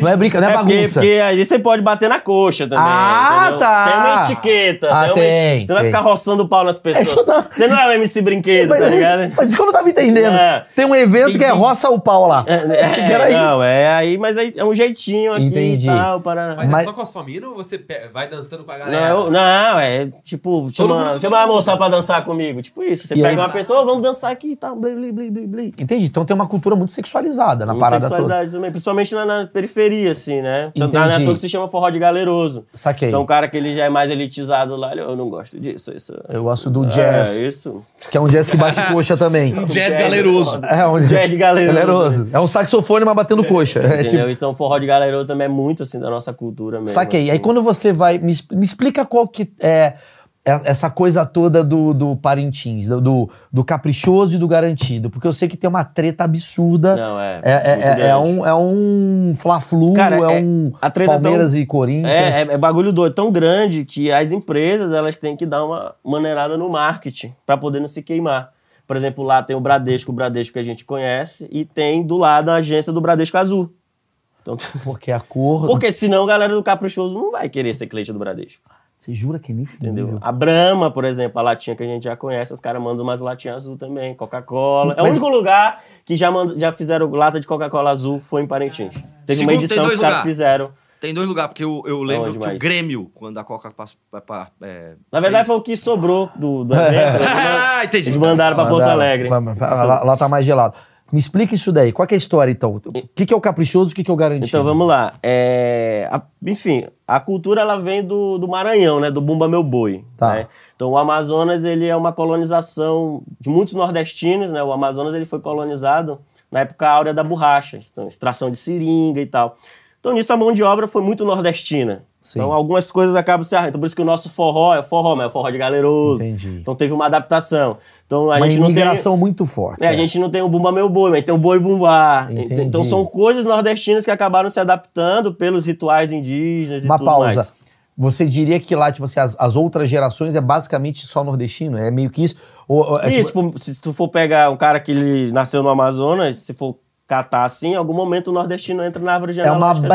Não é brincadeira, não é,
porque,
bagunça.
porque aí você pode bater na coxa também.
Ah,
entendeu?
tá.
Tem uma etiqueta.
Ah,
uma
tem,
eti- Você vai
tem.
ficar roçando o pau nas
É, eu
pessoas.
tava-
Você não é um MC brinquedo,
Mas,
tá ligado?
mas isso que eu não tava entendendo.
É.
Tem um evento que é roça o pau lá. Achei que era
É, não,
isso.
é aí, mas aí é um jeitinho aqui
Entendi.
e tal, para.
Mas,
Mas-
é só com a sua mina ou você pe- vai dançando com a galera?
Não, não, é tipo, chama,
mundo-
chama a moça pra dançar comigo. Tipo isso, você
E
pega
aí-
uma pessoa, "Ô, vamos dançar aqui e tal, bli, bli, bli, bli, bli.
Entendi. Então tem uma cultura muito sexualizada na
Com
parada toda.
sexualidade também, principalmente na, na periferia, assim, né? Tanto na
Entendi.
na toa que se chama forró de galeroso.
Saquei.
Então o cara que ele já é mais elitizado lá, ele, eu não gosto disso, isso.
Eu gosto do jazz,
É, isso.
que é um jazz que bate coxa também.
Jazz galeroso.
É um
Jazz galeroso.
galeroso. É um saxofone, mas batendo coxa. É
Entendeu?
tipo...
Então o forró de galeroso também é muito assim da nossa cultura mesmo.
Saquei.
assim.
Aí quando você vai... Me, es- me explica qual que é é- essa coisa toda do, do Parintins, do, do, do caprichoso e do garantido. Porque eu sei que tem uma treta absurda.
Não, é,
É, é-
muito
é- é
grande.
um, é um fla-flu,
Cara,
é,
é-
um
a treta é
Palmeiras
tão-
e Corinthians.
É, é, é bagulho doido, tão grande que as empresas elas têm que dar uma maneirada no marketing para poder não se queimar. Por exemplo, lá tem o Bradesco, o Bradesco que a gente conhece, e tem do lado a agência do Bradesco Azul. Então,
Porque é a cor...
porque senão a galera do Caprichoso não vai querer ser cliente do Bradesco,
Você jura que é nesse
entendeu?
nível?
A Brahma, por exemplo, a latinha que a gente já conhece, os caras mandam umas latinhas azul também, Coca-Cola. É o
Mas-
único lugar que já, manda- já fizeram lata de Coca-Cola azul foi em Parintins. Teve
Segundo,
uma
tem
edição que
dois
os caras
lugar.
fizeram.
Tem dois lugares, porque eu, eu lembro
Aonde
que
mais?
o Grêmio, quando a Coca passa. pa- pa- é,
Na verdade, foi o que sobrou do, do evento. Eles mandaram-
Ah, entendi.
Eles mandaram pra Porto
É. Mandaram.
Alegre.
é, Vai- vai- vai- Lá, lá tá mais gelado. Me explica isso daí. Qual que é a história, então? O que, que é o caprichoso e o que, que é o garantido?
Então vamos lá. É, a- enfim, a cultura ela vem do, do Maranhão, né? Do Bumba Meu Boi.
Tá.
né? Então o Amazonas ele é uma colonização de muitos nordestinos, né? O Amazonas ele foi colonizado na época áurea da borracha, então, extração de seringa e tal. Então nisso a mão de obra foi muito nordestina.
Sim.
Então algumas coisas acabam se arranjando. Então, por isso que o nosso forró é forró, mas é forró de galeroso.
Entendi.
Então teve uma adaptação. Então a
uma
gente não tem...
imigração muito forte.
É, a gente não tem o Bumba Meu Boi, mas tem o Boi Bumbá.
Entendi.
Então são coisas nordestinas que acabaram se adaptando pelos rituais indígenas e
Uma
tudo
pausa.
mais.
Você diria que lá, tipo assim, as, as outras gerações é basicamente só nordestino? É meio que isso? Ou, ou- é,
e,
tipo-
tipo, se tu for pegar um cara que ele nasceu no Amazonas, se for catar assim, em algum momento o nordestino entra na árvore
é uma
genealógica dele.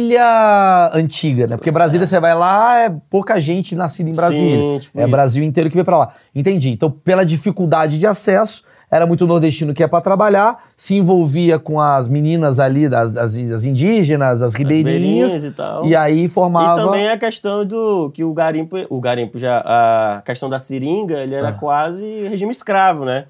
Brasília antiga, né? Porque Brasília, você vai lá, é pouca gente nascida em Brasília.
Sim, tipo
é
isso.
Brasil inteiro que veio pra lá. Entendi. Então, pela dificuldade de acesso, era muito nordestino que ia pra trabalhar, se envolvia com as meninas ali, das, as, as indígenas, as ribeirinhas,
beirinhas e tal.
e aí formava...
E também a questão do que o garimpo, o garimpo já, a questão da seringa, ele
Ah.
era quase regime escravo, né?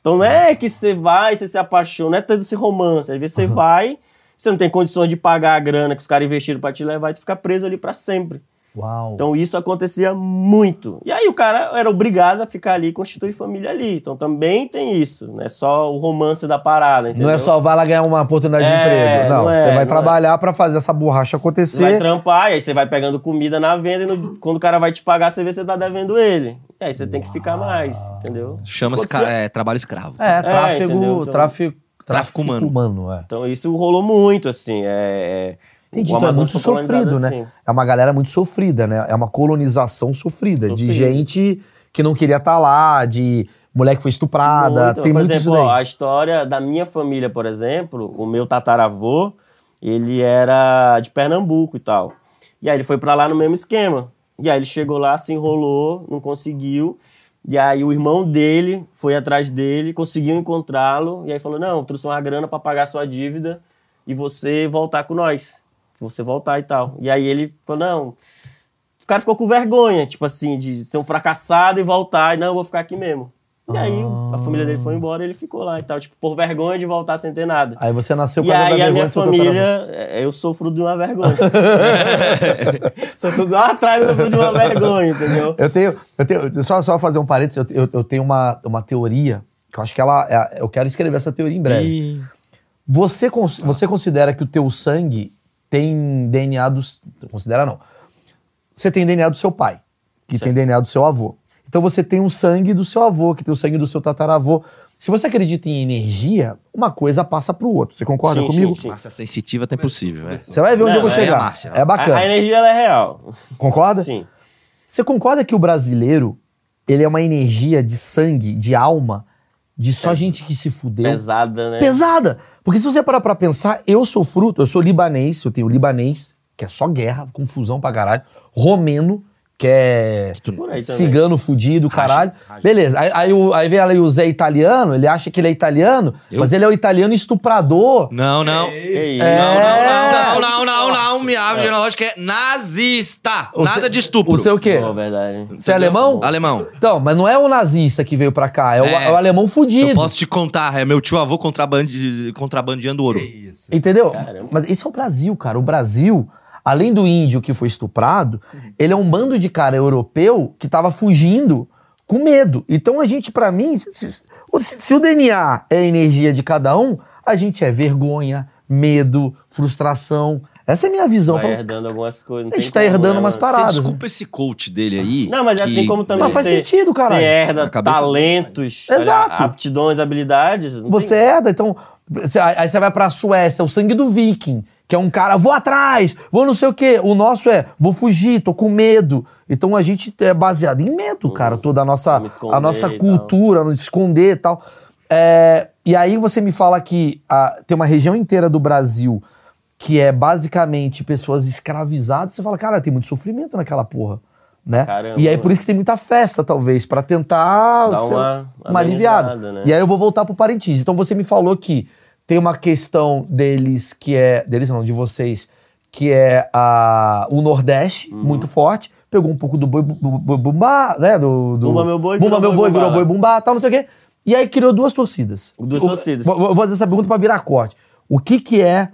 Então não é que você vai, você se apaixona, não é todo esse romance. Às vezes você vai, você não tem condições de pagar a grana que os caras investiram pra te levar e tu fica preso ali pra sempre.
Uau.
Então isso acontecia muito. E aí o cara era obrigado a ficar ali e constituir família ali. Então também tem isso, não é só o romance da parada, entendeu?
Não é só vai lá ganhar uma oportunidade de
É,
emprego. Não,
não é,
você
não
vai trabalhar pra fazer essa borracha
Você vai
acontecer.
trampar, e aí você vai pegando comida na venda, e no- quando o cara vai te pagar, você vê que você tá devendo ele. E aí você tem que ficar mais, entendeu?
Chama-se ca- é, trabalho escravo.
É,
É,
tráfego,
entendeu? Então-
tráfego,
Tráfico humano.
é.
Então isso rolou muito, assim. É, é,
Entendi,
o
então é
Amazonas
muito
foi colonizado
sofrido, né?
assim.
É uma galera muito sofrida, né? É uma colonização sofrida, de
Sofrida.
gente que não queria estar lá, de mulher que foi estuprada,
Muito.
tem
por
muito isso
exemplo,
daí.
ó, a história da minha família, por exemplo, o meu tataravô, ele era de Pernambuco e tal. E aí ele foi pra lá no mesmo esquema. E aí ele chegou lá, se enrolou, não conseguiu. E aí o irmão dele foi atrás dele, conseguiu encontrá-lo e aí falou: "Não, trouxe uma grana pra pagar sua dívida e você voltar com nós. Você voltar e tal". E aí ele falou: "Não, o cara ficou com vergonha, tipo assim, de ser um fracassado e voltar, e não, eu vou ficar aqui mesmo. E aí a família dele foi embora e ele ficou lá e tal, tipo, por vergonha de voltar sem ter nada.
Ah. Aí você nasceu
e
pra dar
aí a
vergonha
minha
do seu tataravô.
família, é, eu sofro de uma vergonha. sofro de lá atrás, eu sofro de uma vergonha, entendeu?
Eu tenho, eu tenho só, só fazer um parênteses, eu, eu, eu tenho uma, uma teoria, que eu acho que ela, é- eu quero escrever essa teoria em breve.
E-
Você, cons-
Ah.
você considera que o teu sangue tem DNA do... Considera não. Você tem DNA do seu pai, que tem DNA do seu avô. Então você tem o sangue do seu avô, que tem o sangue do seu tataravô. Se você acredita em energia, uma coisa passa pro outro. Você concorda
Sim,
comigo?
sim, sim.
Massa sensitiva até possível, é.
Você vai ver onde
Não,
eu vou
é
chegar.
a Márcia.
É
A,
bacana.
a energia ela é real.
Concorda?
Sim.
Você concorda que o brasileiro, ele é uma energia de sangue, de alma, de só gente que se fudeu?
Pesada, né?
É. pesada. Porque se você parar pra pensar, eu sou fruto, eu sou libanês, eu tenho libanês, que é só guerra, confusão pra caralho, romeno, que é
Por aí também.
cigano fudido, caralho. Beleza, aí, aí, o- aí vem ali o Zé italiano, ele acha que ele é italiano,
Eu?
mas ele é o italiano estuprador.
Não, não.
É.
Que
Ei,
isso.
Não, não, não, não, não, não, não. Minha árvore genealógica é nazista. Nada de estupro.
é O seu o quê?
Não, verdade.
Você é alemão?
Alemão.
Então, mas não é o nazista que veio pra cá, é, o,
É.
é o alemão fudido.
Eu posso te contar, é meu tio avô contrabande, contrabandeando ouro.
Que isso.
Entendeu?
Caramba.
Mas esse é o Brasil, cara. O Brasil, além do índio que foi estuprado, ele é um bando de cara europeu que tava fugindo com medo. Então a gente, pra mim, se, se- se- se o DNA é a energia de cada um, a gente é vergonha, medo, frustração. Essa é a minha visão.
Vai
Eu falo,
Tá herdando algumas coisas. não
A
tem
gente tá
como,
herdando
né,
umas
mano?
paradas,
Você desculpa esse coach dele aí.
Não, mas é assim
que-
como também
Mas faz
você-
sentido, caralho.
Você
Na
herda
cabeça-
talentos,
Exato.
aptidões, habilidades. não tem-
Você herda, então. cê- aí aí você vai pra Suécia, o sangue do viking, que é um cara, vou atrás, vou não sei o quê. O nosso é, vou fugir, tô com medo. Então a gente é baseado em medo, cara, toda a nossa,
me Uhum. esconder
a nossa
e tal.
cultura, não esconder e tal. É, e aí você me fala que ah, tem uma região inteira do Brasil que é basicamente pessoas escravizadas. Você fala, cara, tem muito sofrimento naquela porra. Né?
Caramba,
e aí por isso que tem muita festa, talvez, pra tentar
Dá
sei lá,
uma
uma aliviada.
amenizada, né?
E aí eu vou voltar pro Parintins. Então você me falou que tem uma questão deles que é. Deles não, de vocês, que é a, o Nordeste,
Uhum.
muito forte. Pegou um pouco do boi bu- bu- bu- bumbá, né? Do, do,
Bumba meu boi,
Bumba
virou boi
meu boi,
bumbá,
virou
né?
boi bumbá, tal, não sei o quê. E aí criou duas torcidas.
Duas
O-
torcidas.
Vou, vou fazer essa pergunta pra virar corte. O que que é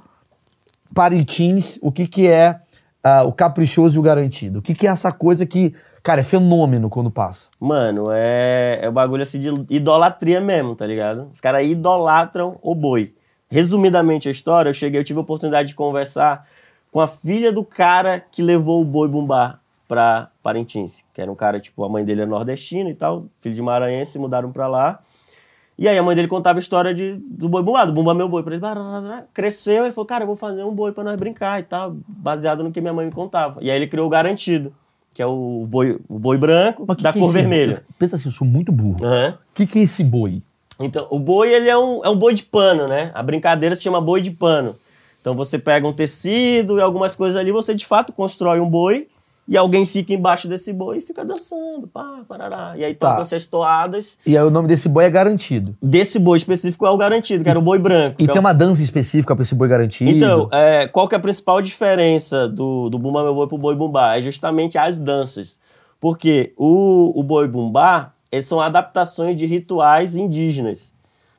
Parintins, o que que é ah, o caprichoso e o garantido? O que que é essa coisa que, cara, é fenômeno quando passa?
Mano, é, é o bagulho assim de idolatria mesmo, tá ligado? Os caras idolatram o boi. Resumidamente a história, eu cheguei, eu tive a oportunidade de conversar com a filha do cara que levou o boi bumbá pra Parintins, que era um cara, tipo, a mãe dele é nordestina e tal, filho de maranhense, mudaram pra lá. E aí a mãe dele contava a história de, do boi bumbá, do bumba meu boi pra ele. blá, blá, blá, blá. Cresceu, ele falou, cara, eu vou fazer um boi pra nós brincar e tal, baseado no que minha mãe me contava. E aí ele criou o garantido, que é o boi, o boi branco
Mas que
da
que é
cor
esse-
vermelha.
Pensa assim, eu sou muito burro. O
Aham.
que, que é esse boi?
Então, o boi ele é um, é um boi de pano, né? A brincadeira se chama boi de pano. Então você pega um tecido e algumas coisas ali, você de fato constrói um boi e alguém fica embaixo desse boi e fica dançando, pá, parará. E aí
Tá.
toca-se as toadas.
E aí o nome desse boi é garantido.
Desse boi específico é o garantido, que era o boi branco.
E
que é o-
tem uma dança específica pra esse boi garantido.
Então, é, qual que é a principal diferença do, do Bumba Meu Boi pro Boi Bumbá? É justamente as danças. Porque o, o Boi Bumbá, eles são adaptações de rituais indígenas.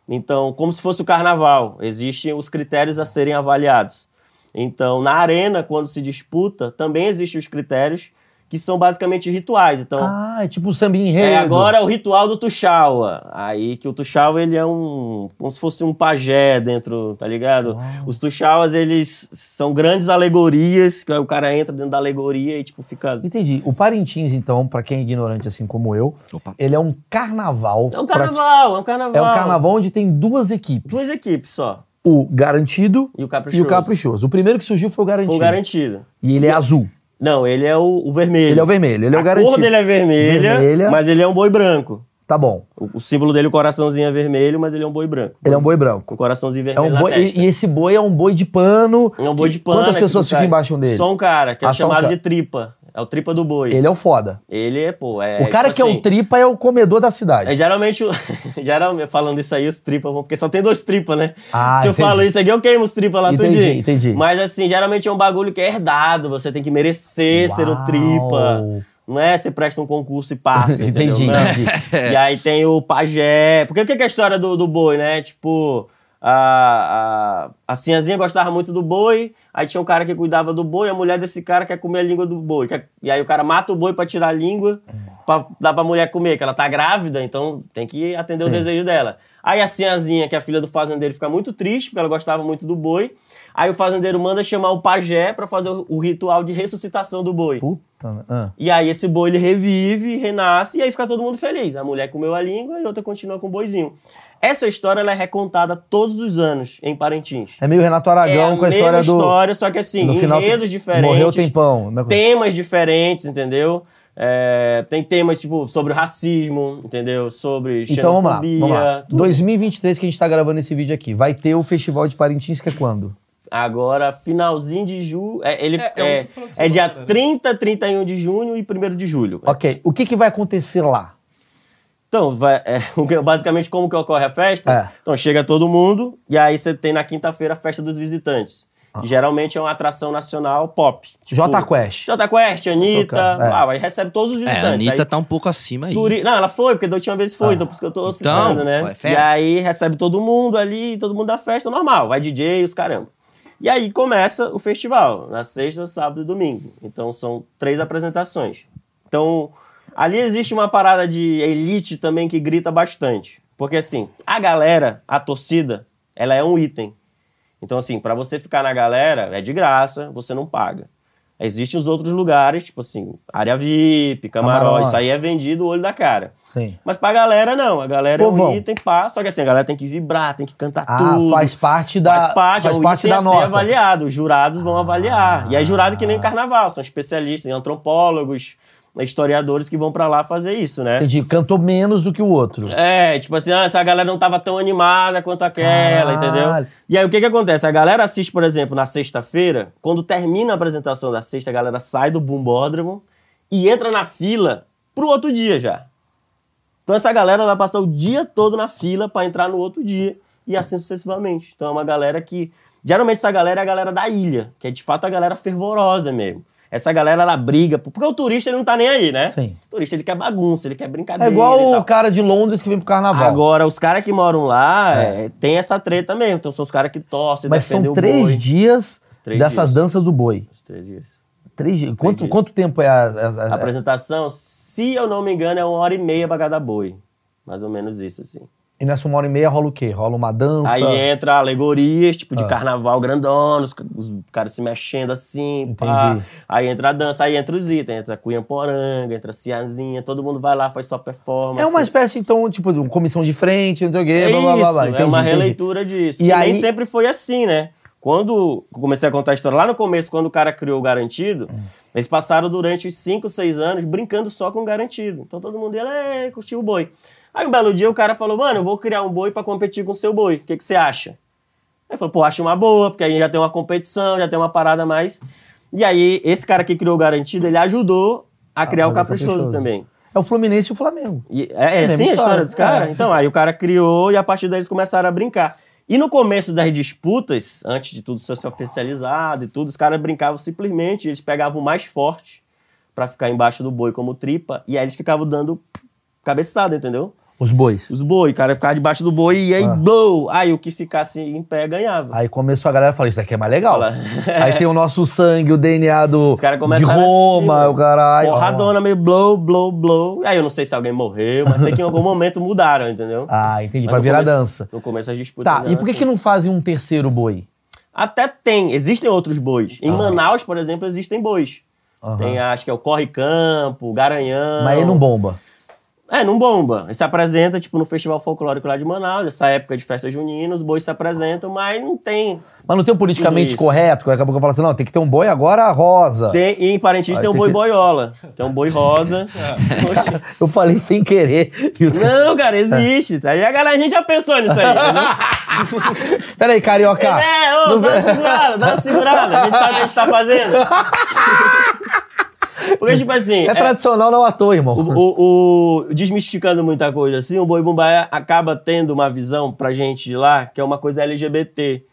Então, como se fosse o carnaval, existem os critérios a serem avaliados. Então, na arena, quando se disputa, também existem os critérios que são basicamente rituais. Então,
Ah, é tipo um samba enredo.
é, agora é o ritual do Tuxaua. Aí que o Tuxaua, ele é um... Como se fosse um pajé dentro, tá ligado? Os Tuxauas, eles são grandes alegorias, que aí o cara entra dentro da alegoria e, tipo, fica...
Entendi. O Parintins, então, pra quem é ignorante assim como eu,
Opa.
ele é um carnaval.
É um
prati-
carnaval, é um carnaval.
É um carnaval onde tem duas equipes.
Duas equipes só.
O garantido
E o
e
Caprichoso.
o caprichoso. O primeiro que surgiu foi o garantido.
Foi o garantido.
E ele é azul.
Não, ele é o, o vermelho.
Ele é o vermelho. Ele é o
A
garantido.
cor dele é vermelha,
Vermelha.
mas ele é um boi branco.
Tá bom.
O, o símbolo dele, o coraçãozinho é vermelho, mas ele é um boi branco.
Ele é um boi branco.
Com o coraçãozinho
É
vermelho
um
na
boi,
testa.
e, e esse boi é um boi de pano.
É um boi
que-
de pano.
Quantas
né,
pessoas
que
ficam
cai-
embaixo dele?
Só um cara, que
Ah,
é
só um
chamado
cara.
de tripa. É o tripa do boi. Ele,
Ele é o foda.
é, pô, é.
o cara
tipo
que é
assim,
o tripa é o comedor da cidade.
é, geralmente, o- geralmente, falando isso aí, os tripas vão, porque só tem dois tripas, né?
Ah,
Se eu
entendi.
falo isso aqui, eu queimo os tripas lá
Entendi,
tudinho.
entendi.
Mas assim, geralmente é um bagulho que é herdado, você tem que merecer ser o
Uau.
tripa. Não é você presta um concurso e passa, entendeu?
Entendi,
Não.
entendi.
E aí tem o pajé. Porque o que que é a história do, do boi, né? Tipo, a, a, a sinhazinha gostava muito do boi, aí tinha um cara que cuidava do boi, a mulher desse cara quer comer a língua do boi. quer- e aí o cara mata o boi pra tirar a língua, pra dar pra mulher comer, que ela tá grávida, então tem que atender o
Sim.
desejo dela. Aí a sinhazinha, que é a filha do fazendeiro, fica muito triste, porque ela gostava muito do boi. Aí o fazendeiro manda chamar o pajé pra fazer o, o ritual de ressuscitação do boi.
Puta. Ah.
E aí esse boi ele revive, renasce e aí fica todo mundo feliz. A mulher comeu a língua e a outra continua com o boizinho. Essa história ela é recontada todos os anos em Parintins.
É meio Renato Aragão
é a
com a história
mesma
do.
história, só que assim,
no final,
enredos diferentes,
Morreu o tempão. né?
temas diferentes, entendeu? É, tem temas tipo sobre o racismo, entendeu? Sobre xenofobia.
Então vamos lá. Vamos lá.
tudo.
2023 que a gente tá gravando esse vídeo aqui. Vai ter o Festival de Parintins, que é quando?
Agora, finalzinho de julho. É, ele,
É,
é,
é um final de
é dia
semana, né?
30, 31 de junho e 1 de julho.
Ok. O que, que vai acontecer lá?
Então, vai, é, o que- basicamente como que ocorre a festa?
É.
Então chega todo mundo e aí você tem na quinta-feira a festa dos visitantes. Que geralmente é uma atração nacional pop.
Ah.
tipo
Jota Quest.
Jota Quest, Anitta.
Tocando, é.
Ah, aí recebe todos os
É,
visitantes.
a Anitta
Aí
tá um pouco acima aí.
turi- Não, ela foi, porque da última vez foi,
Ah.
então por isso que eu tô
Então,
citando, né?
foi fera.
E aí recebe todo mundo ali, todo mundo da festa, normal. Vai DJ, e os caramba. E aí começa o festival, na sexta, sábado e domingo. Então são três apresentações. Então, ali existe uma parada de elite também que grita bastante. Porque assim, a galera, a torcida, ela é um item. Então assim, pra você ficar na galera é de graça, você não paga. Existem os outros lugares, tipo assim, área VIP, camarão,
Camarote.
isso aí é vendido o olho da cara.
Sim.
Mas pra galera não, a galera é
Povão.
um item, pá, só que assim, a galera tem que vibrar, tem que cantar
Ah,
tudo.
faz parte da.
Faz parte, é o
parte
item
da
a ser
nota. Ah.
avaliado. Os jurados vão avaliar. E aí, jurado que nem carnaval, são especialistas, antropólogos, né, historiadores que vão pra lá fazer isso, né?
Entendi. Cantou menos do que o outro.
É, tipo assim, ah, essa galera não tava tão animada quanto aquela,
Caralho.
entendeu? E aí o que que acontece? A galera assiste, por exemplo, na sexta-feira, quando termina a apresentação da sexta, a galera sai do bumbódromo e entra na fila pro outro dia já. Então essa galera vai passar o dia todo na fila pra entrar no outro dia e assim sucessivamente. Então é uma galera que geralmente essa galera é a galera da ilha, que é de fato a galera fervorosa mesmo. Essa galera ela briga, porque o turista ele não tá nem aí, né?
Sim.
O turista ele quer bagunça, ele quer
É
brincadeira e
igual
tal.
o cara de Londres que vem pro carnaval.
Agora, os caras que moram lá, é, tem essa treta mesmo. Então, são os caras que torcem,
Mas
defendem
são
o
três
boi.
dias
Três
dessas
dias.
danças do boi.
Os três dias.
Três dias. Quanto,
dias.
quanto tempo é a. a- a-
A apresentação, se eu não me engano, é uma hora e meia pra cada boi. Mais ou menos isso, assim.
E nessa uma hora e meia rola o quê? Rola uma dança.
Aí entra alegorias, tipo de carnaval grandona, os, os caras se mexendo assim, pá.
Entendi.
Aí entra a dança, aí entra os itens, entra Cunhamporanga, entra Ciazinha, todo mundo vai lá, faz só performance.
É uma espécie, então, tipo, de uma comissão de frente, não sei o quê,
É
blá, blá, blá,
isso,
blá.
é
Entendi,
uma
entendi.
releitura disso.
E
E
aí-
nem sempre foi assim, né? Quando eu comecei a contar a história, lá no começo, quando o cara criou o Garantido, eles passaram durante os 5, 6 anos brincando só com o Garantido. Então todo mundo ia, é, curtiu o boi. Aí um belo dia o cara falou, mano, eu vou criar um boi pra competir com o seu boi. O que, que você acha? Aí falou, pô, acho uma boa, porque aí já tem uma competição, já tem uma parada a mais. E aí, esse cara que criou o Garantido, ele ajudou a criar o
mas o
Caprichoso
Caprichoso.
também.
É o Fluminense e o Flamengo.
E é é assim
Lembra a
a
história?
história dos caras?
É.
Então, aí o cara criou e a partir daí eles começaram a brincar. E no começo das disputas, antes de tudo ser oficializado e tudo, os caras brincavam simplesmente, eles pegavam o mais forte pra ficar embaixo do boi como tripa, e aí eles ficavam dando cabeçada, entendeu?
Os bois.
Os boi, o cara ficava debaixo do boi e aí,
Ah.
blow! Aí o que ficasse em pé ganhava.
Aí começou a galera a falar, isso aqui é mais legal.
Fala.
Aí tem o nosso sangue, o DNA do,
Os caras
de
começaram
Roma,
assim,
o caralho. Ah.
Porradona, meio blow, blow, blow. Aí eu não sei se alguém morreu, mas sei que em algum momento mudaram, entendeu?
Ah, entendi,
Mas
pra
no
virar
começo-
dança.
No começo as disputas.
Tá, e
eram
por que,
assim.
que não fazem um terceiro boi?
Até tem, existem outros bois. Em
Ah.
Manaus, por exemplo, existem bois.
Aham.
Tem, acho que é o Corre Campo, o Garanhão.
Mas aí não bomba.
É, não bomba. Ele se apresenta, tipo, no Festival Folclórico lá de Manaus, essa época de festas juninas, os bois se apresentam, mas não tem.
Mas não tem o politicamente
isso.
correto, que daqui a pouco eu falo assim, não, tem que ter um boi agora rosa.
tem e em Parintins
Ah,
tem um
tem
boi
que-
boiola, tem um boi rosa. Poxa.
Eu falei sem querer. E os caras-
Não, cara, existe. Isso Aí a galera, a gente já pensou nisso aí, entendeu?
Peraí, carioca.
É, ô,
Tá. Não-
dá uma segurada, dá uma segurada. A gente sabe o que a gente tá fazendo. Porque, tipo assim.
É, tradicional, não à toa, irmão.
O, o- o- desmistificando muita coisa, assim, o Boi Bumbá acaba tendo uma visão pra gente de lá, que é uma coisa LGBT.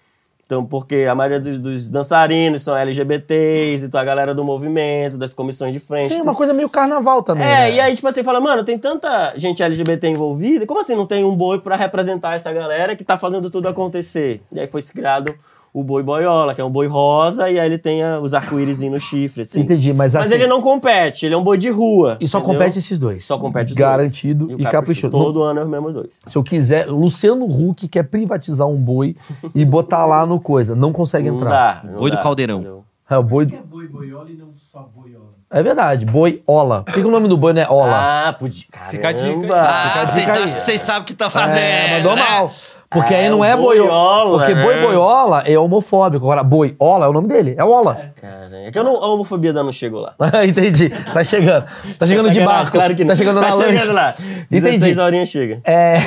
Então, porque a maioria dos, dos dançarinos são LGBTs, então a galera do movimento, das comissões de frente.
Sim, é
tudo.
uma coisa meio carnaval também.
É,
né?
e aí, tipo assim, fala, mano, tem tanta gente LGBT envolvida, como assim não tem um boi pra representar essa galera que tá fazendo tudo acontecer? E aí foi criado o boi boiola, que é um boi rosa, e aí ele tem a- os arco-íris no chifre, assim.
Entendi, mas assim...
Mas ele não compete, ele é um boi de rua.
E só
entendeu?
compete esses dois.
Só compete os
Garantido
dois.
e caprichoso.
Todo ano é os mesmos dois.
Se eu quiser, o Luciano Huck quer privatizar um boi e botar lá no coisa. Não consegue
Não
entrar.
dá. não
Boi do
dá,
caldeirão.
entendeu?
É o boi.
que é boi boiola e não só boiola?
É verdade, boi ola. Por que, que o nome do boi não é ola?
Ah, podia.
Fica a dica, hein?
Caramba.
Ah, vocês
fica aí.
acham que vocês sabem o que tá fazendo.
é, mandou
né?
mal. Porque
É,
aí não
o
é boiola.
boiola,
Porque
né?
boi boiola é homofóbico. Agora, boi ola é o nome dele, é ola.
Cara, é que eu não, a homofobia ainda não chegou lá.
É.
Entendi. Tá chegando. Tá chegando de
Sacanagem,
barco.
Claro que não.
Tá chegando na
tá
lancha.
chegando lá.
Entendi.
16 horinhas chega.
É.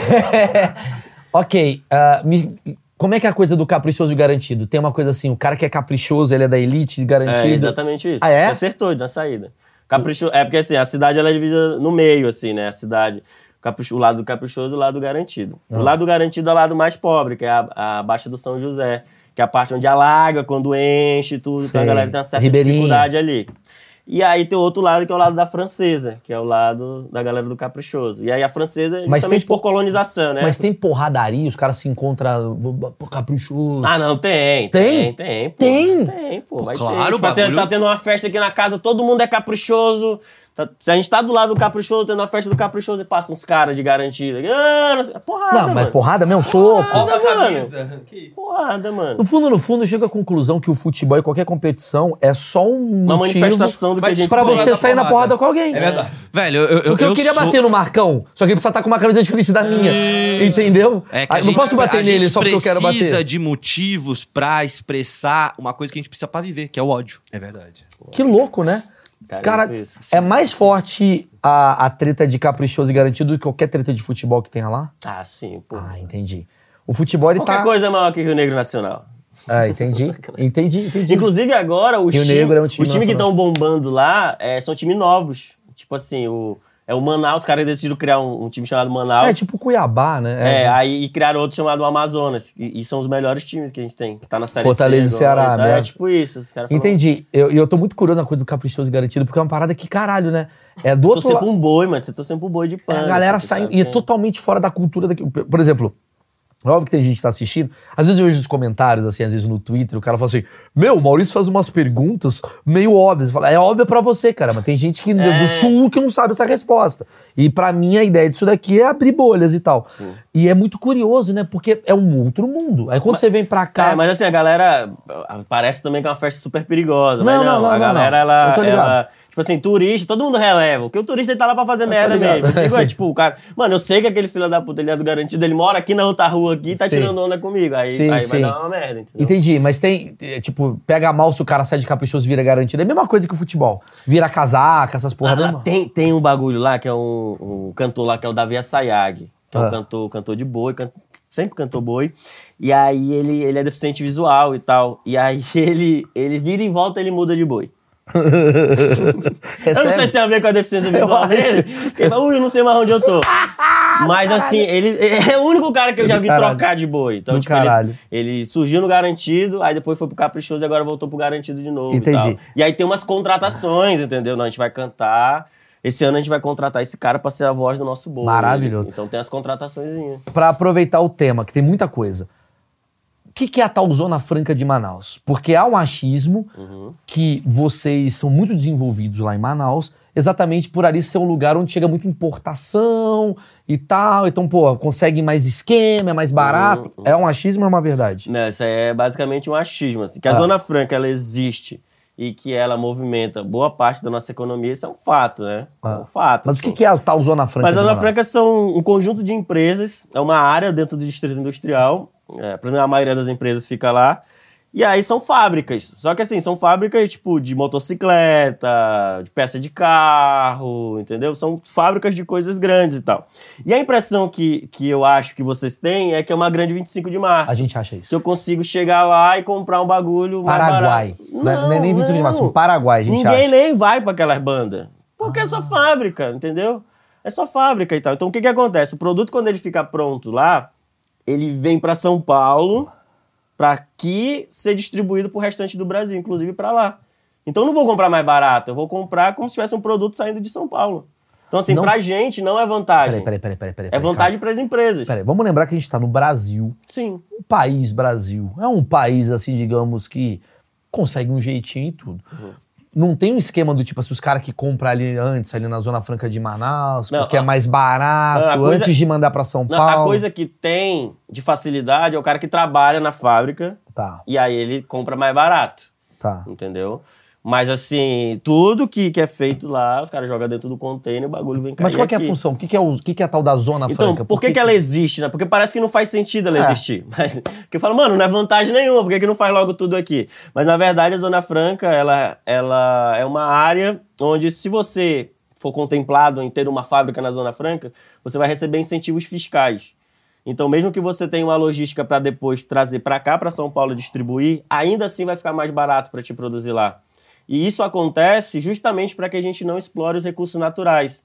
ok. ah, me- Como é que é a coisa do caprichoso e garantido? Tem uma coisa assim, o cara que é caprichoso, ele é da elite, garantido.
É exatamente isso.
Ah, é?
Você acertou na saída. Capricho... É porque assim, a cidade ela é dividida no meio, assim, né? A cidade. Capricho... O lado do caprichoso e o lado do garantido. O
Ah.
lado garantido é o lado mais pobre, que é a, a Baixa do São José, que é a parte onde alaga, quando enche e tudo. Então
Sei.
a galera tem uma certa
Ribeirinha.
dificuldade ali. E aí tem o outro lado, que é o lado da francesa, que é o lado da galera do caprichoso. E aí a francesa, é
Mas
justamente
tem po-
por colonização, né?
Mas tem porradaria, os caras se encontram ah, pô, caprichoso.
Ah, não, tem. Tem,
Tem?
tem. pô.
Tem?
Tem, pô. Vai
claro,
ter.
o
Tipo, assim,
bagulho-
tá tendo uma festa aqui na casa, todo mundo é caprichoso. Tá- se a gente tá do lado do caprichoso, tendo uma festa do caprichoso, e passa uns caras de garantida. Ah, não sei. Porrada,
não, mas
mano. Ah,
porrada mesmo, soco.
Olha a
mano.
camisa. Que...
Porrada,
No
mano.
fundo, no fundo, eu chego à conclusão que o futebol e qualquer competição é só um
Uma
motivo
manifestação do que a
Mas
gente
pra
Sim.
você
Da
sair na porrada
porrada.
com alguém.
É verdade.
Velho, eu, eu,
Porque eu, queria
sou-
bater no Marcão, só que ele precisa estar com uma camisa diferente da minha. Entendeu?
É que
Ah,
a
não
gente-
posso
a
bater nele
gente
só porque eu quero
precisa
bater.
de motivos pra expressar uma coisa que a gente precisa pra viver, que é o ódio.
É verdade.
Que louco, né?
Cara,
Cara,
muito isso.
é mais forte a, a treta de caprichoso e garantido do que qualquer treta de futebol que tenha lá?
Ah, sim, pô.
Ah, entendi. O futebol ele
Qualquer
tá.
coisa é maior que Rio Negro Nacional.
Ah, entendi. Entendi, entendi.
Inclusive agora, o
Rio
time,
Negro é um time
o time que
nacional.
estão bombando lá é, são times novos. Tipo assim, o, é o Manaus, os caras decidiram criar um, um time chamado Manaus.
É tipo Cuiabá, né?
É, aí e criaram outro chamado Amazonas. E, e são os melhores times que a gente tem. Tá na série
Fortaleza
C
e Ceará,
agora, tá?
mesmo.
É tipo isso. Os caras falaram,
Entendi. E eu, eu tô muito curioso na coisa do caprichoso e garantido, porque é uma parada que, caralho, né? É do
Tô
outro
sempre
lado.
um boi, mano. Você tô sempre um boi de pano.
A galera
assim,
saindo.
sabe?
E é totalmente fora da cultura daqui. Por exemplo, É Óbvio que tem gente que tá assistindo. Às vezes eu vejo os comentários, assim, às vezes no Twitter, o cara fala assim: Meu, o Maurício faz umas perguntas meio óbvias. Fala, é óbvio pra você, cara, mas tem gente que
É.
do sul que não sabe essa resposta. E pra mim a ideia disso daqui é abrir bolhas e tal. E é muito curioso, né? Porque é um outro mundo. Aí quando você vem pra cá.
É, mas assim, a galera ah, parece também que é uma festa super perigosa. mas
Não,
não,
não, não,
a
não,
galera,
não.
Ela,
Eu tô ligado.
ela- Tipo assim, turista, todo mundo releva. Porque o turista ele tá lá pra fazer merda
ligado.
mesmo. Eu digo, é,
Sim.
tipo, o cara. Mano, eu sei que aquele filho da puta ele é do garantido, ele mora aqui na outra rua aqui e tá
Sim.
tirando onda comigo. Aí,
Sim,
aí vai
sim.
dar uma merda, entendeu?
Entendi, mas tem, é, tipo, pega mal se o cara sai de caprichoso e vira garantido. É a mesma coisa que o futebol. Vira casaca, essas porra.
Ah, lá
mesmo.
tem, tem um bagulho lá que é um, um cantor lá que é o Davi Assayag, que é
Ah.
um cantor, cantor de boi, can- sempre cantou boi. E aí ele, ele é deficiente visual e tal. E aí ele, ele vira em volta ele muda de boi.
É
Eu não sei se tem a ver com a deficiência visual dele. Porque ele fala, ui, eu não sei mais onde eu tô. Mas assim, ele ele é o único cara que eu já vi
Caralho.
trocar de boi. Então,
Do
tipo, ele-
caralho.
Ele, surgiu no garantido, aí depois foi pro caprichoso e agora voltou pro garantido de novo.
Entendi.
E, tal. e aí tem umas contratações, entendeu? Não, a gente vai cantar. Esse ano a gente vai contratar esse cara pra ser a voz do nosso boi.
Maravilhoso.
Então tem as contratações.
Pra aproveitar o tema, que tem muita coisa. O que, que é a tal Zona Franca de Manaus? Porque há um achismo que vocês são muito desenvolvidos lá em Manaus, exatamente por ali ser um lugar onde chega muita importação e tal. Então, pô, consegue mais esquema, é mais barato. É um achismo ou é uma verdade?
Não, isso aí é basicamente um achismo. Assim, que a
Ah.
Zona Franca ela existe e que ela movimenta boa parte da nossa economia, isso é um fato, né? É
Ah.
um fato.
Mas o
assim.
que, que é a tal Zona Franca
Mas a
de
Zona
Manaus?
Franca são um conjunto de empresas, é uma área dentro do distrito industrial. É, pra mim, a maioria das empresas fica lá. E aí são fábricas. Só que assim, são fábricas tipo de motocicleta, de peça de carro, entendeu? São fábricas de coisas grandes e tal. E a impressão que, que eu acho que vocês têm é que é uma grande 25 de março.
A gente acha isso.
Se eu consigo chegar lá e comprar um bagulho mais
Paraguai.
barato.
Não, é- não é nem 25 de março,
não.
um Paraguai, a gente
Ninguém
acha. Ah.
nem vai para aquelas bandas. Porque é só fábrica, entendeu? É só fábrica e tal. Então o que, que acontece? O produto, quando ele fica pronto lá, ele vem para São Paulo para aqui ser distribuído para o restante do Brasil, inclusive para lá. Então eu não vou comprar mais barato, eu vou comprar como se tivesse um produto saindo de São Paulo. Então, assim,
Não-
pra gente não é vantagem.
Peraí, peraí, peraí, peraí, peraí.
é
peraí,
vantagem para as empresas.
calma. Peraí, vamos lembrar que a gente tá no Brasil.
Sim.
O país Brasil é um país, assim, digamos, que consegue um jeitinho em tudo.
Uhum.
Não tem um esquema do tipo assim, os caras que compram ali antes, ali na Zona Franca de Manaus,
Não,
porque
a-
é mais
Não,
barato,
a coisa-
antes de mandar pra São
Não,
Paulo.
a coisa que tem de facilidade é o cara que trabalha na fábrica
Tá,
e aí ele compra mais barato.
tá.
Entendeu? Mas assim, tudo que, que é feito lá, os caras jogam dentro do container, o bagulho vem cair
Mas qual que é a
aqui.
função? O que, que é o que, que é a tal da Zona
Então,
Franca?
por que, que ela existe, né? Porque parece que não faz sentido ela
É.
existir. Mas, porque eu falo, mano, não é vantagem nenhuma, por que, que não faz logo tudo aqui? Mas na verdade, a Zona Franca, ela, ela é uma área onde se você for contemplado em ter uma fábrica na Zona Franca, você vai receber incentivos fiscais. Então, mesmo que você tenha uma logística para depois trazer para cá, para São Paulo e distribuir, ainda assim vai ficar mais barato para te produzir lá. E isso acontece justamente para que a gente não explore os recursos naturais.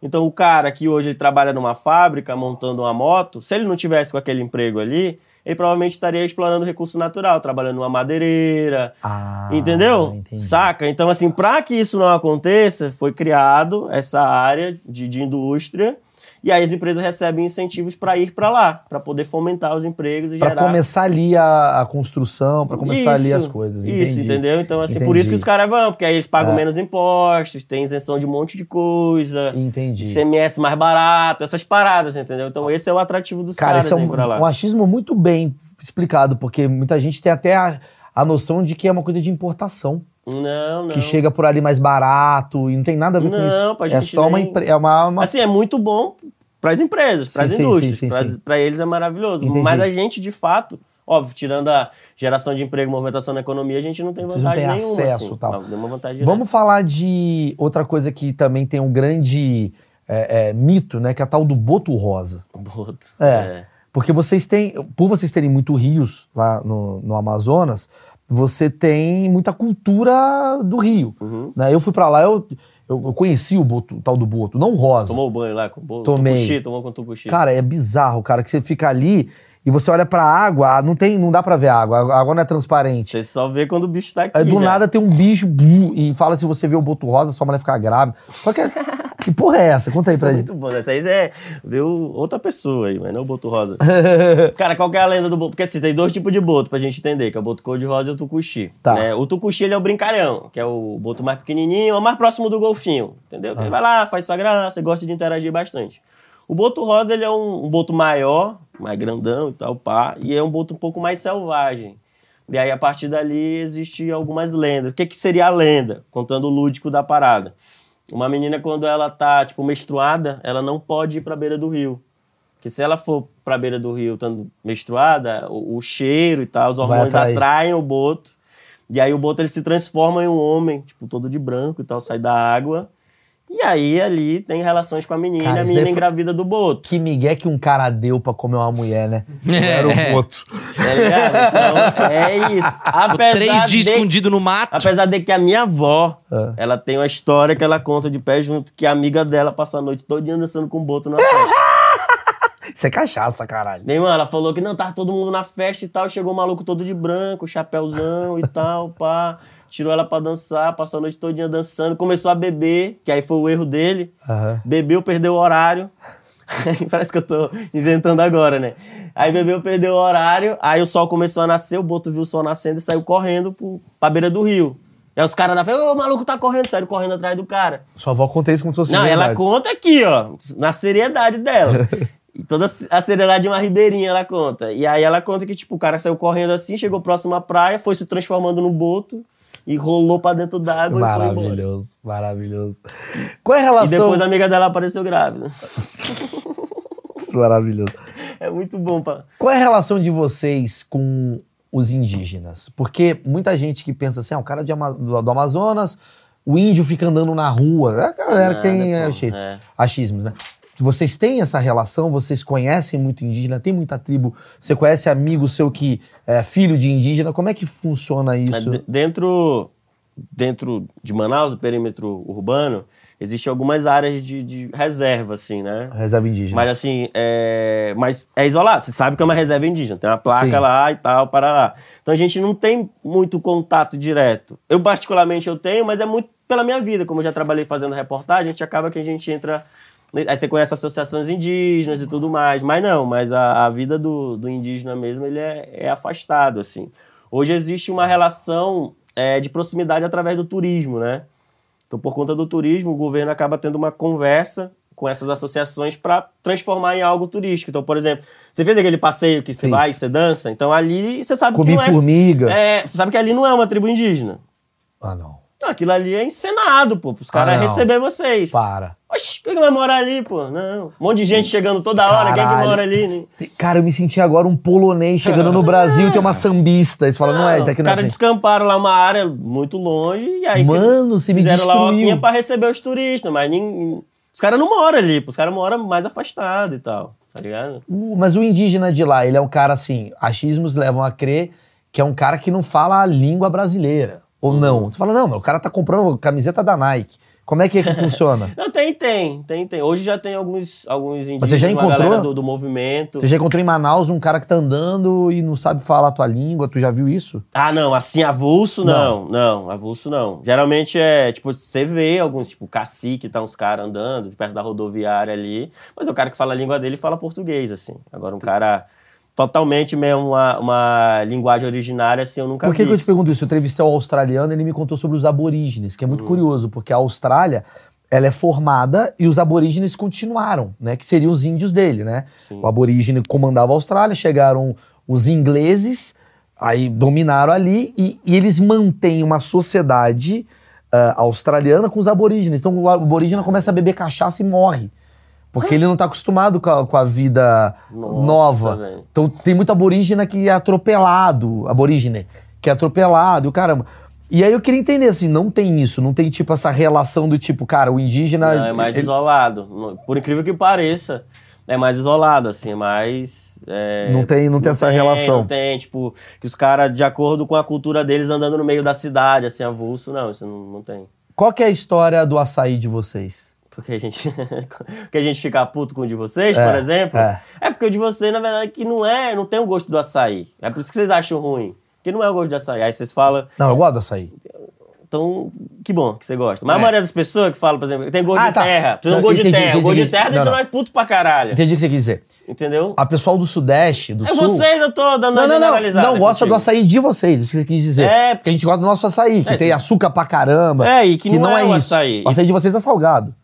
Então, o cara que hoje ele trabalha numa fábrica montando uma moto, se ele não tivesse com aquele emprego ali, ele provavelmente estaria explorando o recurso natural, trabalhando numa madeireira,
Ah,
entendeu?
entendi.
Saca? Então, assim, para que isso não aconteça, foi criado essa área de, de indústria. E aí as empresas recebem incentivos para ir para lá, para poder fomentar os empregos e
Pra
gerar.
começar ali a, a construção, pra começar ali
Isso,
as coisas.
Isso,
entendi.
entendeu? Então, assim, por isso
Entendi.
que os caras vão, porque aí eles pagam
É.
menos impostos, tem isenção de um monte de coisa.
Entendi.
CMS mais barato, essas paradas, entendeu? Então esse é o atrativo dos
Cara,
caras
isso é
aí pra lá.
um, um achismo muito bem explicado, porque muita gente tem até a, a noção de que é uma coisa de importação,
Não, não.
que chega por ali mais barato e não tem nada a ver com
Não,
isso.
pode
é
que
só uma,
nem-
empre- é uma, uma-
Assim, é muito bom pras empresas, pras
Sim, sim,
indústrias.
sim, sim,
pras-
sim.
pra eles é maravilhoso.
Entendi.
Mas a gente, de fato, óbvio, tirando a geração de emprego, movimentação na economia, a gente não tem
Vocês
vantagem
não têm
nenhuma.
acesso,
assim.
tal.
Não, nenhuma vantagem
Vamos falar de outra coisa que também tem um grande é, é, mito, né? Que é a tal do boto rosa.
direta. Boto.
É. Porque vocês têm, por vocês terem muito rios lá no, no Amazonas, você tem muita cultura do rio.
Uhum.
né? Eu fui pra lá, eu, eu, eu conheci o, boto, o tal do boto, não o rosa.
Tomou o banho lá com o
Tomei.
tucuxi, tomou com o tucuxi.
Cara, é bizarro, cara, que você fica ali e você olha pra água, ah, não tem, não dá pra ver a água, a água não é transparente.
Você só vê quando o bicho tá aqui.
Aí do
já.
nada tem um bicho blu, e fala se você vê o boto rosa, sua mulher ficar grávida. Qual que é? Que porra é essa? Conta aí
Isso
pra
é
gente.
muito bom. Essa aí é. Viu outra pessoa aí, mas não é o Boto Rosa. Cara, qual que é a lenda do Boto? Porque assim, tem dois tipos de Boto pra gente entender, que é o Boto cor-de-rosa e o Tucuxi.
Tá.
né? O Tucuxi, ele é o brincalhão, que é o Boto mais pequenininho, é o mais próximo do golfinho, entendeu? Que ele vai lá, faz sua graça, gosta de interagir bastante. O Boto Rosa, ele é um, um Boto maior, mais grandão e tal, pá, e é um Boto um pouco mais selvagem. E aí, a partir dali, existe algumas lendas. O que, que seria a lenda? Contando o lúdico da parada. Uma menina, quando ela tá, tipo, menstruada, ela não pode ir pra beira do rio. Porque se ela for pra beira do rio estando menstruada, o, o cheiro e tal, os hormônios
atrair.
atraem o boto. E aí o boto ele se transforma em um homem, tipo, todo de branco e tal, sai da água. E aí ali tem relações com a menina, a
Cara, isso
menina
daí foi-
engravida do boto.
Que migué que um cara deu pra comer uma mulher, né?
É.
Era o boto.
Tá ligado? Então, é isso. Apesar
Três dias
de-
escondido no mato.
Apesar de que a minha avó,
Ah.
ela tem uma história que ela conta de pé junto, que a amiga dela passa a noite todo dia dançando com o boto na festa.
Isso é cachaça, caralho.
Meu irmão, ela falou que não, tava todo mundo na festa e tal. Chegou o maluco todo de branco, chapéuzão e tal, pá. Tirou ela pra dançar, passou a noite todinha dançando. Começou a beber, que aí foi o erro dele.
Aham.
Bebeu, perdeu o horário. Parece que eu tô inventando agora, né? Aí bebeu, perdeu o horário. Aí o sol começou a nascer, o Boto viu o sol nascendo e saiu correndo pro, pra beira do rio. Aí os caras da frente, ô, o maluco tá correndo, saíram correndo atrás do cara.
Sua avó conta isso como se fosse
Não,
É verdade.
ela conta aqui, ó, na seriedade dela. E toda a seriedade de uma ribeirinha ela conta. E aí ela conta que, tipo, o cara saiu correndo assim, chegou próximo à praia, foi se transformando no boto e rolou pra dentro d'água e foi embora.
Maravilhoso, maravilhoso. Qual é
E
a relação...
depois a amiga dela apareceu grávida.
Maravilhoso.
É muito bom, pá.
Qual é a relação de vocês com os indígenas? Porque muita gente que pensa assim, ah, o cara de Ama- do, do Amazonas, o índio fica andando na rua. É a galera que tem
Nada, pô,
é, shit,
é.
achismos, né? Vocês têm essa relação, vocês conhecem muito indígena, tem muita tribo, você conhece amigo seu que é filho de indígena, como é que funciona
Mas
isso?
de- dentro, dentro de Manaus, do perímetro urbano, existem algumas áreas de, de reserva, assim, né?
Reserva indígena.
Mas assim, é... Mas é isolado. Você sabe que é uma reserva indígena. Tem uma placa
Sim.
lá e tal, para lá. Então a gente não tem muito contato direto. Eu, particularmente, eu tenho, mas é muito pela minha vida. Como eu já trabalhei fazendo reportagem, a gente acaba que a gente entra... Aí você conhece associações indígenas e tudo mais. Mas não, mas a, a vida do, do indígena mesmo, ele é, é afastado, assim. Hoje existe uma relação é, de proximidade através do turismo, né? Então, por conta do turismo, o governo acaba tendo uma conversa com essas associações para transformar em algo turístico. Então, por exemplo, você fez aquele passeio que você
Fiz.
vai e você dança? Então, ali você sabe
Comi
que não
formiga.
é, é... Você sabe que ali não é uma tribo indígena.
Ah, não.
Não, aquilo ali é encenado, pô, os caras
Ah, não.
receber vocês.
Para.
Oxi, quem que vai morar ali, pô? Não. Um monte de gente chegando toda hora, Ah, quem que
Caralho.
mora ali? né? É.
Cara, eu me senti agora um polonês chegando no Brasil e tem uma sambista. Eles falam, não é, tá aqui
os
na
caras descamparam lá uma área muito longe e aí
Mano, se me
fizeram lá uma
destruiu.
oquinha pra receber os turistas, mas nem, os caras não moram ali, pô, os caras moram mais afastados e tal, tá ligado?
O- mas o indígena de lá, ele é um cara assim, achismos levam a crer que é um cara que não fala a língua brasileira. Ou não. Tu fala, não, mas o cara tá comprando camiseta da Nike. Como é que é que funciona?
Não, tem, tem, tem, tem. Hoje já tem alguns, alguns indígenas,
você já
uma
encontrou?
galera do, do movimento.
Você já encontrou em Manaus um cara que tá andando e não sabe falar a tua língua, tu já viu isso?
Ah, não, assim, avulso não. não, avulso não. Geralmente é, tipo, você vê alguns, tipo, cacique, tá uns caras andando perto da rodoviária ali, mas é o cara que fala a língua dele e fala português, assim. Agora, um cara totalmente mesmo uma, uma linguagem originária, assim, eu nunca
Por que,
vi
que eu te
isso.
pergunto isso? Eu entrevistei um australiano ele me contou sobre os aborígenes, que é muito
Hum.
curioso, porque a Austrália ela é formada e os aborígenes continuaram, né? Que seriam os índios dele, né?
Sim.
O aborígene comandava a Austrália, chegaram os ingleses, aí dominaram ali e, e eles mantêm uma sociedade ah, australiana com os aborígenes. Então o aborígene começa a beber cachaça e morre. Porque ele não está acostumado com a, com a vida
Nossa,
nova.
velho.
Então tem muito aborígena que é atropelado, aborígene, que é atropelado, e o caramba. E aí eu queria entender, assim, não tem isso, não tem tipo essa relação do tipo, cara, o indígena.
Não, é mais
ele-
isolado. Por incrível que pareça, é mais isolado, assim, é mais. é,
Não tem- não tem essa relação.
Não tem, tipo, que os caras, de acordo com a cultura deles, andando no meio da cidade, assim, avulso, não, isso não, não tem.
Qual que é a história do açaí de vocês?
Porque a gente, porque a gente fica puto com o de vocês,
É,
por exemplo.
é.
É. porque o de vocês, na verdade, que não é, não tem o gosto do açaí. É por isso que vocês acham ruim. Porque não é o gosto do açaí. Aí vocês falam,
Não, eu gosto do açaí.
Então, que bom que você gosta. Mas
É.
a maioria das pessoas que falam, por exemplo, tem gol
Ah,
de
tá.
terra. Precisa de
Não,
um gol de
entendi,
terra. Gol de
entendi.
terra
Não,
deixa
não.
nós puto pra caralho.
Entendi o que você quis dizer.
Entendeu?
A pessoal do Sudeste, do
É
Sul.
vocês, eu tô dando uma
Não, não, não.
generalizada.
Não gosta do
é contigo.
açaí de vocês, isso que eu quis dizer.
É.
porque a gente gosta do nosso açaí, que
É,
tem
sim.
açúcar pra caramba.
É, e que não é o
isso.
açaí.
O açaí de vocês é salgado.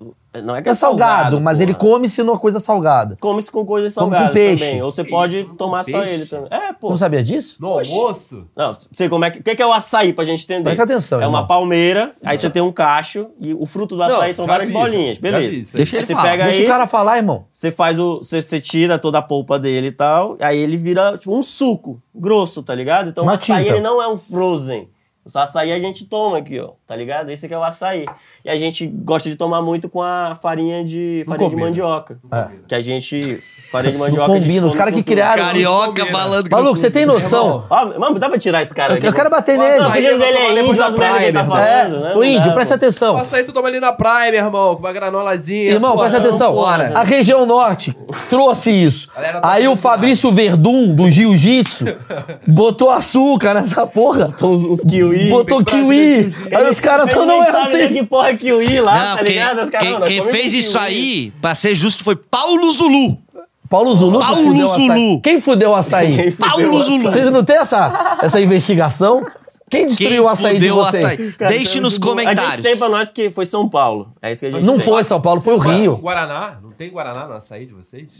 Não é que
É salgado, mas ele
porra.
come-se numa coisa salgada.
come-se com coisas
Come com
salgadas
peixe.
também. Ou você pode
Isso,
tomar só
peixe.
ele também. É,
Você
pô.
não sabia disso?
No almoço?
Não, sei como é que. O que que é o açaí pra gente entender?
Presta atenção,
É uma
irmão.
palmeira, aí você tem um cacho, e o fruto do açaí
Não,
são
já
várias
vi,
bolinhas.
já
Beleza.
vi isso aí.
Deixa
Aí
ele
você
falar.
pega
Deixa
é isso,
o cara falar, irmão.
você faz o. Você, você tira toda a polpa dele e tal. Aí ele vira tipo um suco grosso, tá ligado? Então
Uma
o açaí
tinta.
ele não é um frozen. O açaí a gente toma aqui, ó, tá ligado? Esse que é o açaí. E a gente gosta de tomar muito com a farinha de farinha de
combina.
mandioca.
É.
Que a gente. Farinha de
Não
mandioca. a gente
combina, os
come
caras que
com tudo.
criaram.
Carioca falando que
né? Maluco, você tem noção?
Ó, mano, dá pra tirar esse cara
Eu-
aqui?
eu quero bater
Não,
nele.
O apelido dele
Eu tô
é
levando
índio, as
pra
merda que ele tá
ele.
falando. né?
É,
Não
o índio,
dá,
presta
pô.
atenção.
O açaí tu toma ali na praia, meu irmão, com uma granolazinha.
Irmão,
Pô,
presta
não,
atenção.
né?
porra.
A região norte trouxe isso.
Galera tá
Aí o
sendo
Fabrício
né?
Verdun, do Jiu-Jitsu, botou açúcar nessa porra.
Botou os, os kiwi. tipo,
botou kiwi. Aí os caras
Ele
estão
nem
não é
sabe nem
assim.
Que porra é kiwi lá,
Não,
tá
quem-
ligado? Os caras,
quem,
não, nós
quem
comemos
fez isso
kiwi.
aí, pra ser justo, foi Paulo Zulu.
Paulo Zulu. que
Paulo
fudeu o açaí.
Zulu.
Quem fudeu o açaí?
Quem fudeu
Paulo
o
Zulu.
Vocês não têm essa, essa investigação? Quem destruiu
Quem
o açaí de
fudeu o
vocês?
açaí?
Cara,
Deixe
então,
nos
tipo, A
comentários.
gente tem pra nós que foi São Paulo. É isso que a gente
Não
tem.
foi São Paulo, foi o
é
Rio.
um
Rio.
é? Guaraná? Não tem Guaraná no açaí de vocês?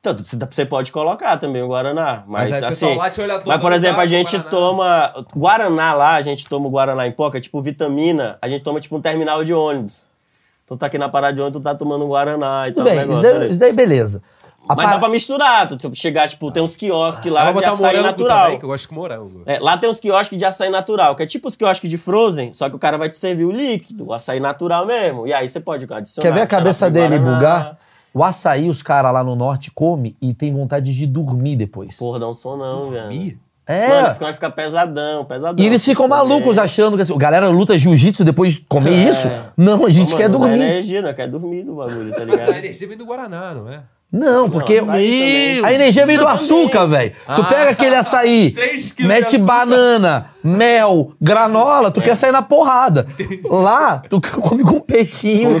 Então, você- você pode colocar também o Guaraná. Mas,
Mas aí o
assim.
pessoal lá te olha todo
mas, por
lugar
exemplo, a
com
gente
Guaraná.
toma. Guaraná lá, a gente toma o Guaraná em poca, tipo vitamina. A gente toma tipo um terminal de ônibus. Tu tá aqui na parada de ônibus, tu tá tomando um Guaraná e
Tudo
tal. um
bem,
negócio,
isso daí,
beleza.
isso daí beleza. A
Mas
par-
dá pra misturar, tu, tipo, chegar, tipo, tem uns quiosques
Dá
lá de
pra Ah, botar
açaí
morango
natural.
também, que eu gosto de morango.
É, lá tem uns quiosques de açaí natural, que é tipo os quiosques de Frozen, só que o cara vai te servir o líquido, o açaí natural mesmo. E aí você pode adicionar.
Quer ver a
xarope
cabeça
de
dele
guaraná.
bugar? O açaí, os caras lá no norte comem e tem vontade de dormir depois.
Porra, dá um som não, velho.
é.
Mano, fica, vai ficar pesadão, pesadão.
E eles ficam malucos achando que assim, galera luta jiu-jitsu depois de comer
É.
isso? Não, a gente
Mano,
quer
não dá
dormir.
energia, não, quer dormir do bagulho, tá
Mas a
ligado?
energia vem do Guaraná, não é?
Não, porque
açaí também. Ah.
a energia vem do açúcar, velho. Tu pega aquele açaí,
Três quilos de
mete
açúcar.
banana, mel, granola,
É.
tu quer sair na porrada. Lá, tu come com peixinho.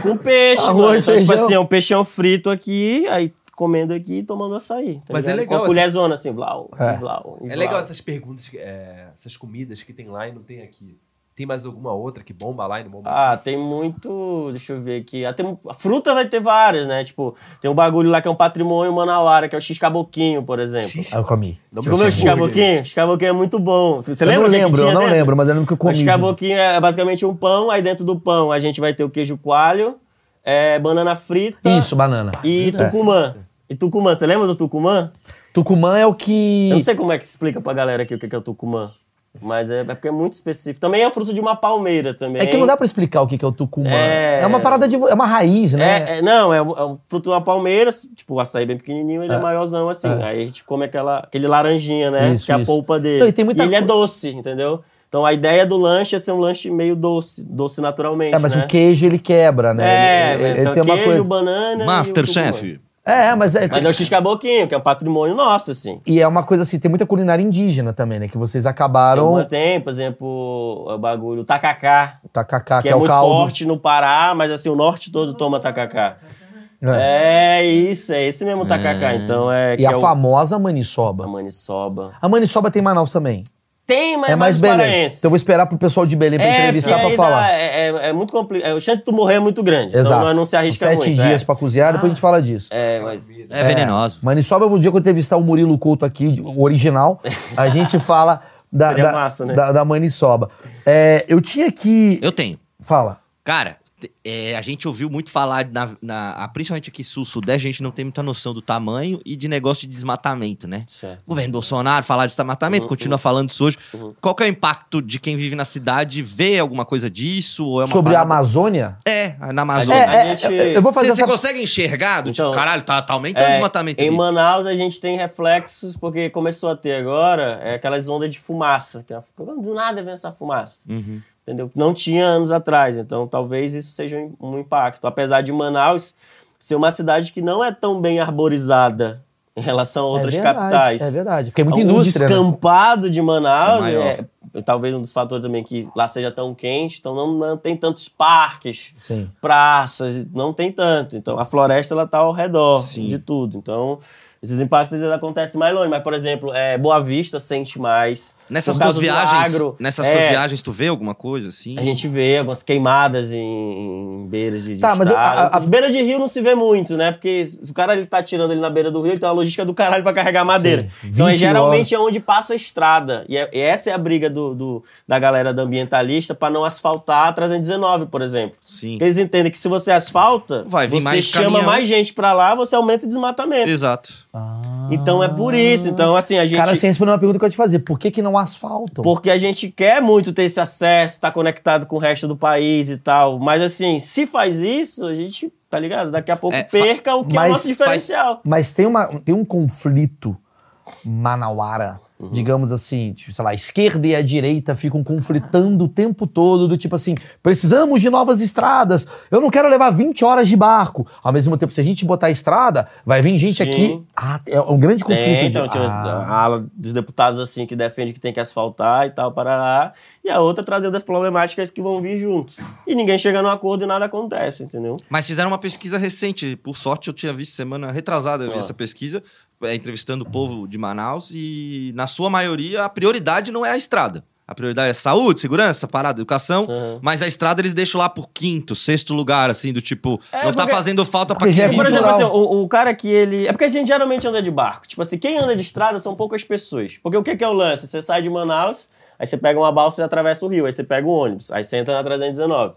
Come com peixe,
Arroz,
mano. Então, tipo
feijão.
assim, é um peixão frito aqui, aí comendo aqui e tomando açaí. tá
Mas
ligado?
é legal
Com a
essa-
colherzona, assim, blau,
É.
e blau. e
É
blau.
legal essas perguntas, que- é, essas comidas que tem lá e não tem aqui. Tem mais alguma outra que bomba lá e não bomba?
Ah, tem muito. Deixa eu ver aqui. Ah, tem- a fruta vai ter várias, né? Tipo, tem um bagulho lá que é um patrimônio manauara, que é o X-Caboquinho, por exemplo.
X-
Aí Ah, eu comi.
Não
Você comeu o
precisa.
X-Caboquinho? X-Caboquinho é muito bom. Você lembra? o
eu não
que que
lembro,
tinha
eu não
dentro?
lembro, mas eu lembro que eu
O
comi.
X-Caboquinho é basicamente um pão, aí dentro do pão a gente vai ter o queijo coalho, é, banana frita
Isso, banana.
e
É.
tucumã. E tucumã, você lembra do tucumã?
Tucumã é o que.
Eu não sei como é que explica pra galera aqui o que que é o tucumã. Mas é, é porque é muito específico. Também é fruto de uma palmeira também.
É que não dá pra explicar o que que é o tucumã. É,
É.
uma parada de. É uma raiz, né?
É, é, não, é, um- é um fruto de uma palmeira, tipo, o açaí bem pequenininho, ele é, maiorzão assim.
É.
Aí a gente come aquela, aquele laranjinha, né?
Isso,
que é a
isso.
polpa dele.
Não, e tem muita
E ele é
co-
doce, entendeu? Então a ideia do lanche é ser um lanche meio doce, doce naturalmente,
É, mas
né?
o queijo ele quebra, né?
É,
Ele- ele, ele
então,
tem uma
queijo,
coisa.
banana. e o tucumã.
Masterchef.
É, mas é.
Mas é o x-caboquinho, que é o patrimônio nosso, assim.
E é uma coisa assim, tem muita culinária indígena também, né? Que vocês
Tem,
acabaram.
algumas- tem, por exemplo, o bagulho, o tacacá,
Tacacá,
que,
que,
é,
é, o
muito
caldo.
forte no Pará, mas assim, o norte todo toma tacacá.
É.
É, isso, é esse mesmo tacacá, então é... que
E a
é o- É
famosa
a
maniçoba.
maniçoba.
A maniçoba tem em Manaus também.
Tem, mas
é mais
mais
Belém.
paraense.
Então eu vou esperar pro pessoal de Belém pra entrevistar
É, porque
pra
aí
falar.
dá- é, é- é muito complicado. A chance de tu morrer é muito grande.
Exato.
Então nós não se
São
arrisca
Sete
muito.
dias
é.
pra cozinhar, depois a gente fala disso.
É, mas...
É venenoso.
Maniçoba, o um dia que eu entrevistar o Murilo Couto aqui, o original, a gente fala da,
Seria
da,
massa, né?
da, da maniçoba. É, eu tinha que.
Eu tenho.
Fala.
Cara, te- é, a gente ouviu muito falar, na, na- ah, principalmente aqui sul-sudeste, a gente não tem muita noção do tamanho e de negócio de desmatamento, né?
Certo.
O governo Bolsonaro falar de
Uhum,
desmatamento, continua falando isso hoje. Qual que é o impacto de quem vive na cidade ver alguma coisa disso? Ou é uma
Sobre a
parada-
Amazônia?
É, na
É,
Amazônia.
A
é,
gente-
eu- eu vou fazer
Você você
essa...
consegue enxergar? do
Então,
tipo, caralho, tá, tá aumentando o
É,
desmatamento
em
ali.
Manaus a gente tem reflexos, porque começou a ter agora é, aquelas ondas de fumaça. Que é- do nada vem essa fumaça.
Uhum.
Entendeu? Não tinha anos atrás, então talvez isso seja um- um impacto. Apesar de Manaus ser uma cidade que não é tão bem arborizada em relação a outras
é verdade,
capitais. um
É verdade. Porque é muita
o
indústria. né?
descampado de
É
Manaus
maior.
é, e talvez um dos fatores também que lá seja tão quente, então não, não tem tantos parques,
Sim.
praças, não tem tanto. Então a floresta ela tá ao redor
Sim.
de tudo. Então esses impactos eles acontecem mais longe, mas por exemplo, é, Boa Vista sente mais.
Nessas
Por
tuas
causa do
viagens,
agro,
nessas
é.
tuas viagens, tu vê alguma coisa assim?
A gente vê algumas queimadas em, em beiras de, de
Tá, mas eu-
estrada.
a- a-
Beira de rio não se vê muito, né? Porque se o cara ele tá tirando ele na beira do rio, ele tem uma logística do caralho pra carregar madeira.
Sim,
Então é
20
geralmente é onde passa a estrada. E, é- e essa é a briga do, do- da galera da ambientalista pra não asfaltar a 319, por exemplo.
Sim.
Porque eles entendem que se você asfalta,
Vai vir
você
mais
chama
caminhão.
mais gente pra lá, você aumenta o desmatamento.
Exato.
Então é por isso. Então, assim, a gente.
Ah. Cara, você respondeu uma pergunta que eu ia te fazer. Por que, que não asfaltam?
Porque a gente quer muito ter esse acesso, estar conectado com o resto do país e tal. Mas assim, se faz isso, a gente, tá ligado? Daqui a pouco
É, fa-
perca o que é o
mas
nosso diferencial.
Mas tem, uma, tem um conflito manauara,
Uhum.
digamos assim, tipo, sei lá, a esquerda e a direita ficam conflitando o tempo todo, do tipo assim, precisamos de novas estradas, eu não quero levar 20 horas de barco. Ao mesmo tempo, se a gente botar a estrada, vai vir gente
Sim.
aqui. Ah, é um grande conflito.
Tem,
de-
então, tinha
Ah.
a ala dos deputados assim que defende que tem que asfaltar e tal, parará. E a outra trazendo as problemáticas que vão vir juntos. E ninguém chega num acordo e nada acontece, entendeu?
Mas fizeram uma pesquisa recente. Por sorte, eu tinha visto semana retrasada, eu vi
Ó.
essa pesquisa, é, entrevistando o povo de Manaus, e na sua maioria a prioridade não é a estrada. A prioridade é saúde, segurança, parada, educação.
Uhum.
Mas a estrada eles deixam lá por quinto, sexto lugar, assim, do tipo,
É,
não tá
porque-
fazendo falta pra
porque já é
quem
Por
vive.
exemplo,
cultural.
assim, o, o cara que ele. É porque a gente geralmente anda de barco. Tipo assim, quem anda de estrada são poucas pessoas. Porque o que, que é o lance? Você sai de Manaus, aí você pega uma balsa e atravessa o rio, aí você pega o ônibus, aí você entra na 319.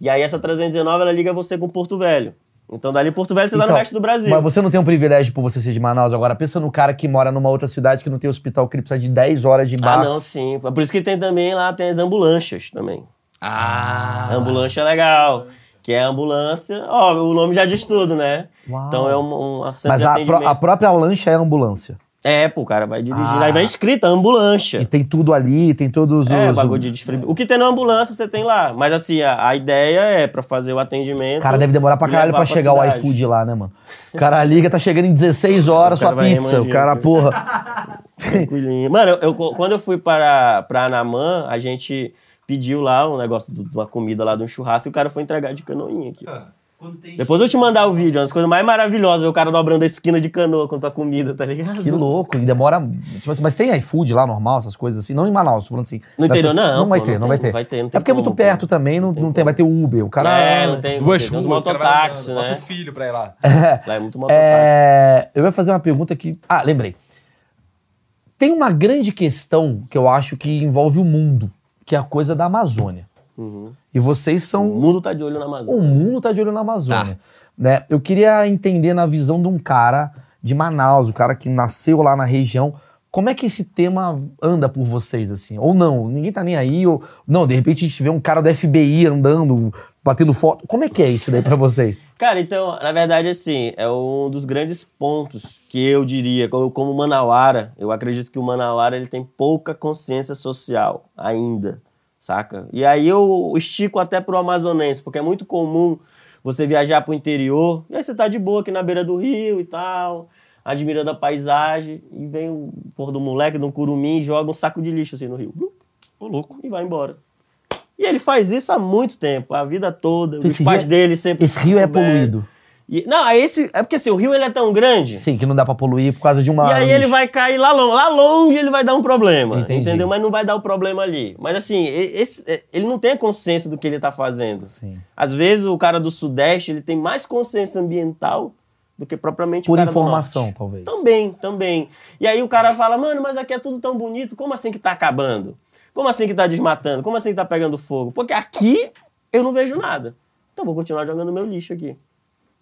E aí essa 319 ela liga você com Porto Velho. Então dali Porto Velho você dá no
Então,
resto do Brasil.
Mas você não tem um privilégio por você ser de Manaus agora. Pensa no cara que mora numa outra cidade que não tem hospital, que ele precisa de 10 horas de
Ah,
barco.
não, sim. Por isso que tem também lá, tem as ambulâncias também.
Ah,
A ambulância é legal. Que é a ambulância. Ó, o nome já diz tudo, né?
Uau.
Então é um, um
Mas a, pró-
atendimento.
a própria lancha é ambulância.
É, pô, o cara vai dirigindo.
Ah.
Aí vai escrita, ambulância.
E tem tudo ali, tem todos os.
É, bagulho de distribuir. O que tem na ambulância você tem lá. Mas assim, a, a ideia é pra fazer o atendimento.
O cara deve demorar pra
e
caralho
levar
pra chegar o
cidade.
iFood lá, né, mano? O cara liga, tá chegando em 16 horas
O cara
sua
vai
pizza. O
remangindo.
cara, porra.
Tranquilinho. Mano, eu, eu- quando eu fui para, pra Anamã, a gente pediu lá um negócio de uma comida lá de um churrasco e o cara foi entregar de canoinha aqui. ó.
Quando tem
Depois eu vou te mandar o vídeo, é uma das coisas mais maravilhosas, ver o cara dobrando a esquina de canoa com tua comida, tá ligado?
Que louco. E demora. tipo assim, mas tem iFood lá normal, essas coisas assim? Não em Manaus, tô falando assim.
No
Deve
interior,
ser-
não,
Não vai
pô,
ter,
não
não vai
tem-
ter.
vai ter, não
é
tem
porque é muito
como,
perto
pô.
também, não,
Não tem
não tem, vai ter Uber. O cara.
É, não tem.
Duas
tem uns
ruas,
mototáxi,
o cara vai andando,
né?
Bota o filho pra ir lá.
Lá é muito mototáxi.
É, eu ia fazer uma pergunta que. Ah, lembrei. Tem uma grande questão que eu acho que envolve o mundo, que é a coisa da Amazônia.
Uhum.
E vocês
O
são
mundo tá de olho na Amazônia.
O mundo tá de olho na Amazônia. Né? Eu queria entender na visão de um cara de Manaus, o cara que nasceu lá na região, como é que esse tema anda por vocês, assim? Ou não, ninguém tá nem aí, ou... Não, de repente a gente vê um cara do FBI andando, batendo foto. Como é que é isso daí pra vocês?
Cara, então, na verdade, assim, é um dos grandes pontos que eu diria, como, como manauara, eu acredito que o manauara ele tem pouca consciência social ainda, saca? E aí eu estico até pro amazonense, porque é muito comum você viajar pro interior, e aí você tá de boa aqui na beira do rio e tal, admirando a paisagem, e vem o pôr do moleque de um curumim e joga um saco de lixo assim no rio. Blup,
ô louco.
E vai embora. E ele faz isso há muito tempo, a vida toda. Os
Esse
pais
rio é-
dele sempre.
Esse rio é
souberam.
poluído.
E- não, aí esse, é porque assim, o rio ele é tão grande.
Sim, que não dá pra poluir por causa de uma...
E aí ele vai cair lá longe. Lá longe ele vai dar um problema.
Entendi.
Entendeu? Mas não vai dar o problema ali. Mas assim, e- esse- e- ele não tem a consciência do que ele tá fazendo.
Sim.
Às vezes o cara do Sudeste ele tem mais consciência ambiental do que propriamente o
Por
cara do
informação,
Norte. Então,
talvez.
Também, também. E aí o cara fala, mano, mas aqui é tudo tão bonito, como assim que tá acabando? Como assim que tá desmatando? Como assim que tá pegando fogo? Porque aqui eu não vejo nada. Então vou continuar jogando meu lixo aqui.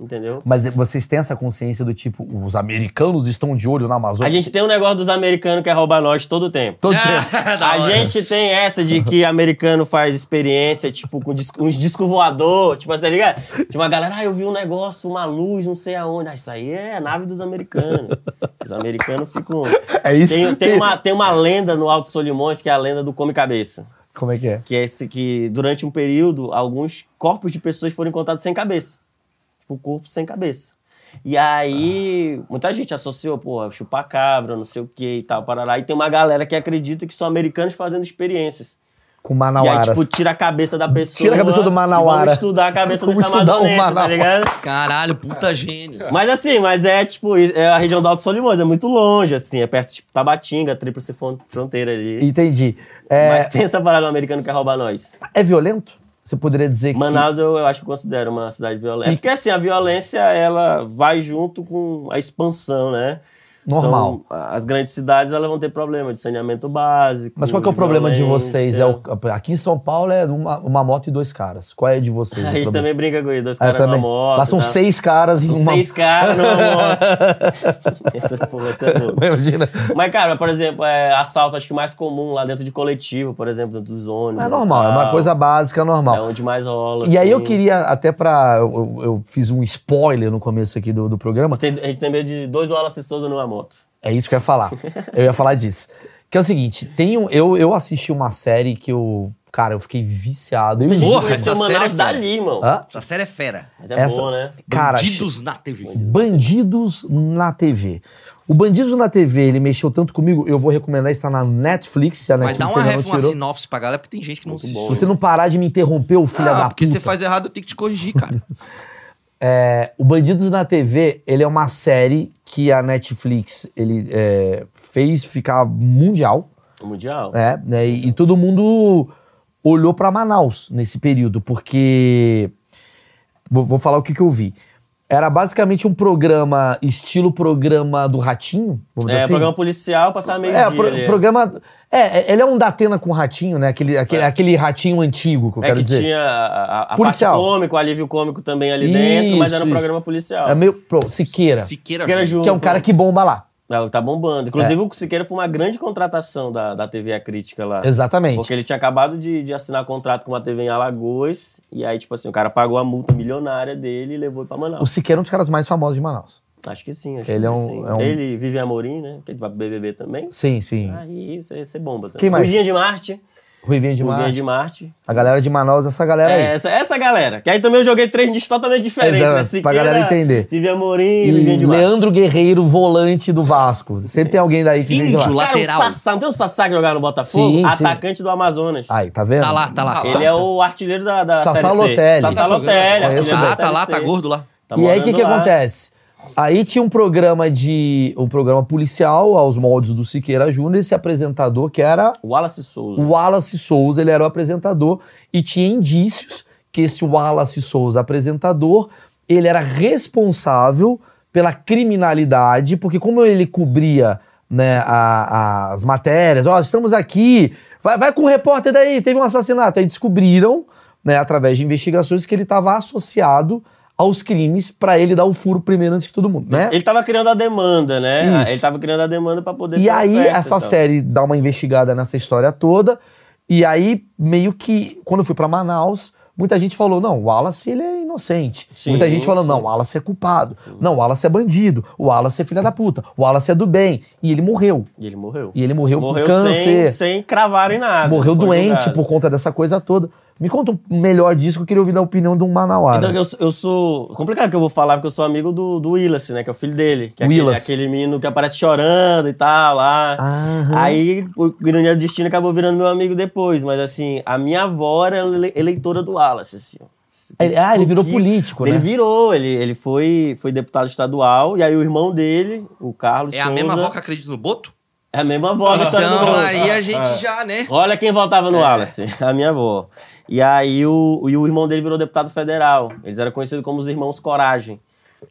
Entendeu?
Mas vocês têm essa consciência do tipo, os americanos estão de olho na
A
Amazônia?
gente Ah! tem um negócio dos americanos que é roubar nós todo tempo.
Todo é
Da
A
hora.
gente tem essa de que americano faz experiência, tipo, com disco- uns disco voador, tipo assim, tá ligado? Tinha uma galera, ah, eu vi um negócio, uma luz, não sei aonde. Ah, isso aí é a nave dos americanos. Os americanos ficam...
É isso.
Tem, tem uma, tem uma lenda no Alto Solimões, que é a lenda do Come Cabeça.
Como é que é?
Que é esse, que durante um período, alguns corpos de pessoas foram encontrados sem cabeça. Tipo, corpo sem cabeça. E
Ah.
aí, muita gente associou, pô, chupar cabra, não sei o que e tal, parará. E tem uma galera que acredita que são americanos fazendo experiências.
Com
e aí,
manauaras.
tipo, tira a cabeça da pessoa.
Tira a cabeça do
E
manauara.
vamos estudar a cabeça
Vamos
desse
estudar o
amazonense, tá
manauara.
ligado?
Caralho, puta gênio.
Mas assim, mas é tipo, é a região do Alto Solimões, é muito longe, assim, é perto, tipo, Tabatinga, Tríplice Fron- Fronteira ali.
Entendi. É,
Mas tem essa parada do americano que rouba nós.
é violento? Você poderia dizer que...
Manaus eu, eu acho que considero uma cidade violenta. Porque assim, a violência ela vai junto com a expansão, né?
Normal.
Então, a- as grandes cidades elas vão ter problema de saneamento básico.
Mas qual que é o
de
problema de
violência.
vocês? É o- aqui em São Paulo é uma, uma moto e dois caras. Qual é de vocês? o
A gente
problema?
também brinca com isso, dois
Ah, eu
caras numa
também.
moto.
Lá são
tá?
seis caras em
São
uma
seis caras numa moto. essa porra, essa é boa.
Imagina.
Mas, cara, por exemplo, é, assalto acho que mais comum lá dentro de coletivo, por exemplo, dentro dos ônibus.
É
e
normal, é uma
tal.
coisa básica, normal.
É onde mais rola.
E aí eu
assim.
queria, até pra. Eu, eu- eu fiz um spoiler no começo aqui do, do programa.
Tem- a gente tem medo de dois Wallace Souza numa moto.
É isso que eu ia falar. eu ia falar disso. Que é o seguinte: tem um, eu, eu assisti uma série que eu. Cara, eu fiquei viciado. Eu
Tem gente
Porra,
que conheceu
essa série é
Manaus
foda.
dali, tá irmão.
Hã?
Essa série é fera.
Mas é
Essas-
bom, né?
Cara,
Bandidos na TV.
Bandidos na TV. O Bandidos na TV, ele mexeu tanto comigo, eu vou recomendar está na Netflix, se a
Mas
Netflix
dá uma,
ainda
ref,
não
uma
tirou.
sinopse pra galera, porque tem gente que não assiste.
Se você não parar de me interromper, o filho
Ah,
da
porque
puta.
você faz errado, eu tenho que te corrigir, cara.
É, o Bandidos na TV, ele é uma série que a Netflix ele, é, fez ficar mundial,
É
O Mundial?
né? né, e, e todo mundo olhou pra Manaus nesse período, porque vou, vou falar o que, que eu vi. Era basicamente um programa, estilo programa do Ratinho,
É,
vamos dizer assim.
programa policial, passar meio
É,
dia
pro-
ali.
programa. É, é, ele é um Datena com ratinho, né? Aquele, aquele, aquele ratinho antigo que eu
É
quero
que
dizer.
tinha a, a, a parte
Policial.
cômica, o alívio cômico também ali dentro, mas
Isso,
era um
isso.
programa policial.
É meio. Pô, Siqueira.
Siqueira,
Siqueira
Júnior.
Júnior.
Que é um cara que bomba lá.
Não, Tá bombando. Inclusive, o Siqueira foi uma grande contratação da, da TV A Crítica lá.
Exatamente.
Porque ele tinha acabado de, de assinar contrato com uma TV em Alagoas, e aí, tipo assim, o cara pagou a multa milionária dele e levou ele pra
O
Manaus.
Siqueira é um dos caras mais famosos de Manaus.
Acho que sim, acho
Ele é
que
um-
sim.
é um-
Ele vive Amorim, né? Que ele vai pro BBB também.
Sim, sim.
Aí você bomba também.
Quem mais?
Luzinha de Marte.
Ruivinha de
Luzinha
Mar.
de Marte.
A galera de Manaus, essa galera
É,
aí.
essa, essa galera. Que aí também eu joguei três nichos totalmente diferentes.
Exato,
né?
pra
Siqueira,
galera entender.
Vivi Amorim e Luzinha
E
de Marte.
Leandro Guerreiro, volante do Vasco. Sempre tem alguém daí que vem de
Índio
lá.
lá.
Cara, o
lateral.
Sassá, não tem o Sassá que jogava no Botafogo?
Sim, sim.
Atacante do Amazonas.
Aí, tá vendo?
Tá lá, tá lá.
Ele é o artilheiro da, da
Sassá
Série C.
Lotelli.
Sassá
Tá
jogando?
Lotelli,
Conheço
artilheiro da
Ah, tá
Série
lá,
C.
tá gordo lá.
Tá
e aí, o
morando
que, que
lá.
acontece? Aí tinha um programa de. um programa policial aos moldes do Siqueira Júnior, esse apresentador que era
O Wallace Souza.
o Wallace Souza, ele era o apresentador e tinha indícios que esse Wallace Souza, apresentador, ele era responsável pela criminalidade, porque como ele cobria né, a- a- as matérias, ó, estamos aqui, vai, vai com o repórter daí, teve um assassinato. Aí descobriram, né, através de investigações, que ele estava associado aos crimes para ele dar o furo primeiro antes que todo mundo, né?
Ele tava criando a demanda, né?
Isso.
Ele tava criando a demanda pra poder.
E
ter
aí,
oferta,
essa
Tá então.
série dá uma investigada nessa história toda. E aí, meio que, quando eu fui pra Manaus, muita gente falou: não, o Wallace ele é inocente.
Sim,
muita gente falando:
sim.
não, o Wallace é culpado. Não, o Wallace é bandido. O Wallace é filha da puta. O Wallace é do bem. E ele morreu.
E ele morreu.
E ele morreu,
morreu
com
sem,
câncer.
sem cravar em nada.
morreu
Foi
doente
julgado.
por conta dessa coisa toda. Me conta um melhor disso que eu queria ouvir da opinião de um manauara.
Então, eu, sou- eu sou. Complicado que eu vou falar, porque eu sou amigo do, do Willis, né? Que é o filho dele. Que é aquele,
Willis.
aquele menino que aparece chorando e tal, lá.
Aham.
Aí, o Ironia do Destino acabou virando meu amigo depois. Mas, assim, a minha avó era ele- eleitora do Wallace, assim. ó.
Ele- ah, ele
O
virou
que-
político, né?
Ele virou, ele, ele foi, foi deputado estadual. E aí, o irmão dele, o Carlos
É a
Souza,
mesma avó que acredita no Boto?
É a mesma avó da história do
Então
Brasil.
aí a
Ah.
gente já, né?
Olha quem votava no Wallace, a minha avó. E aí o, e o irmão dele virou deputado federal. Eles eram conhecidos como os irmãos Coragem.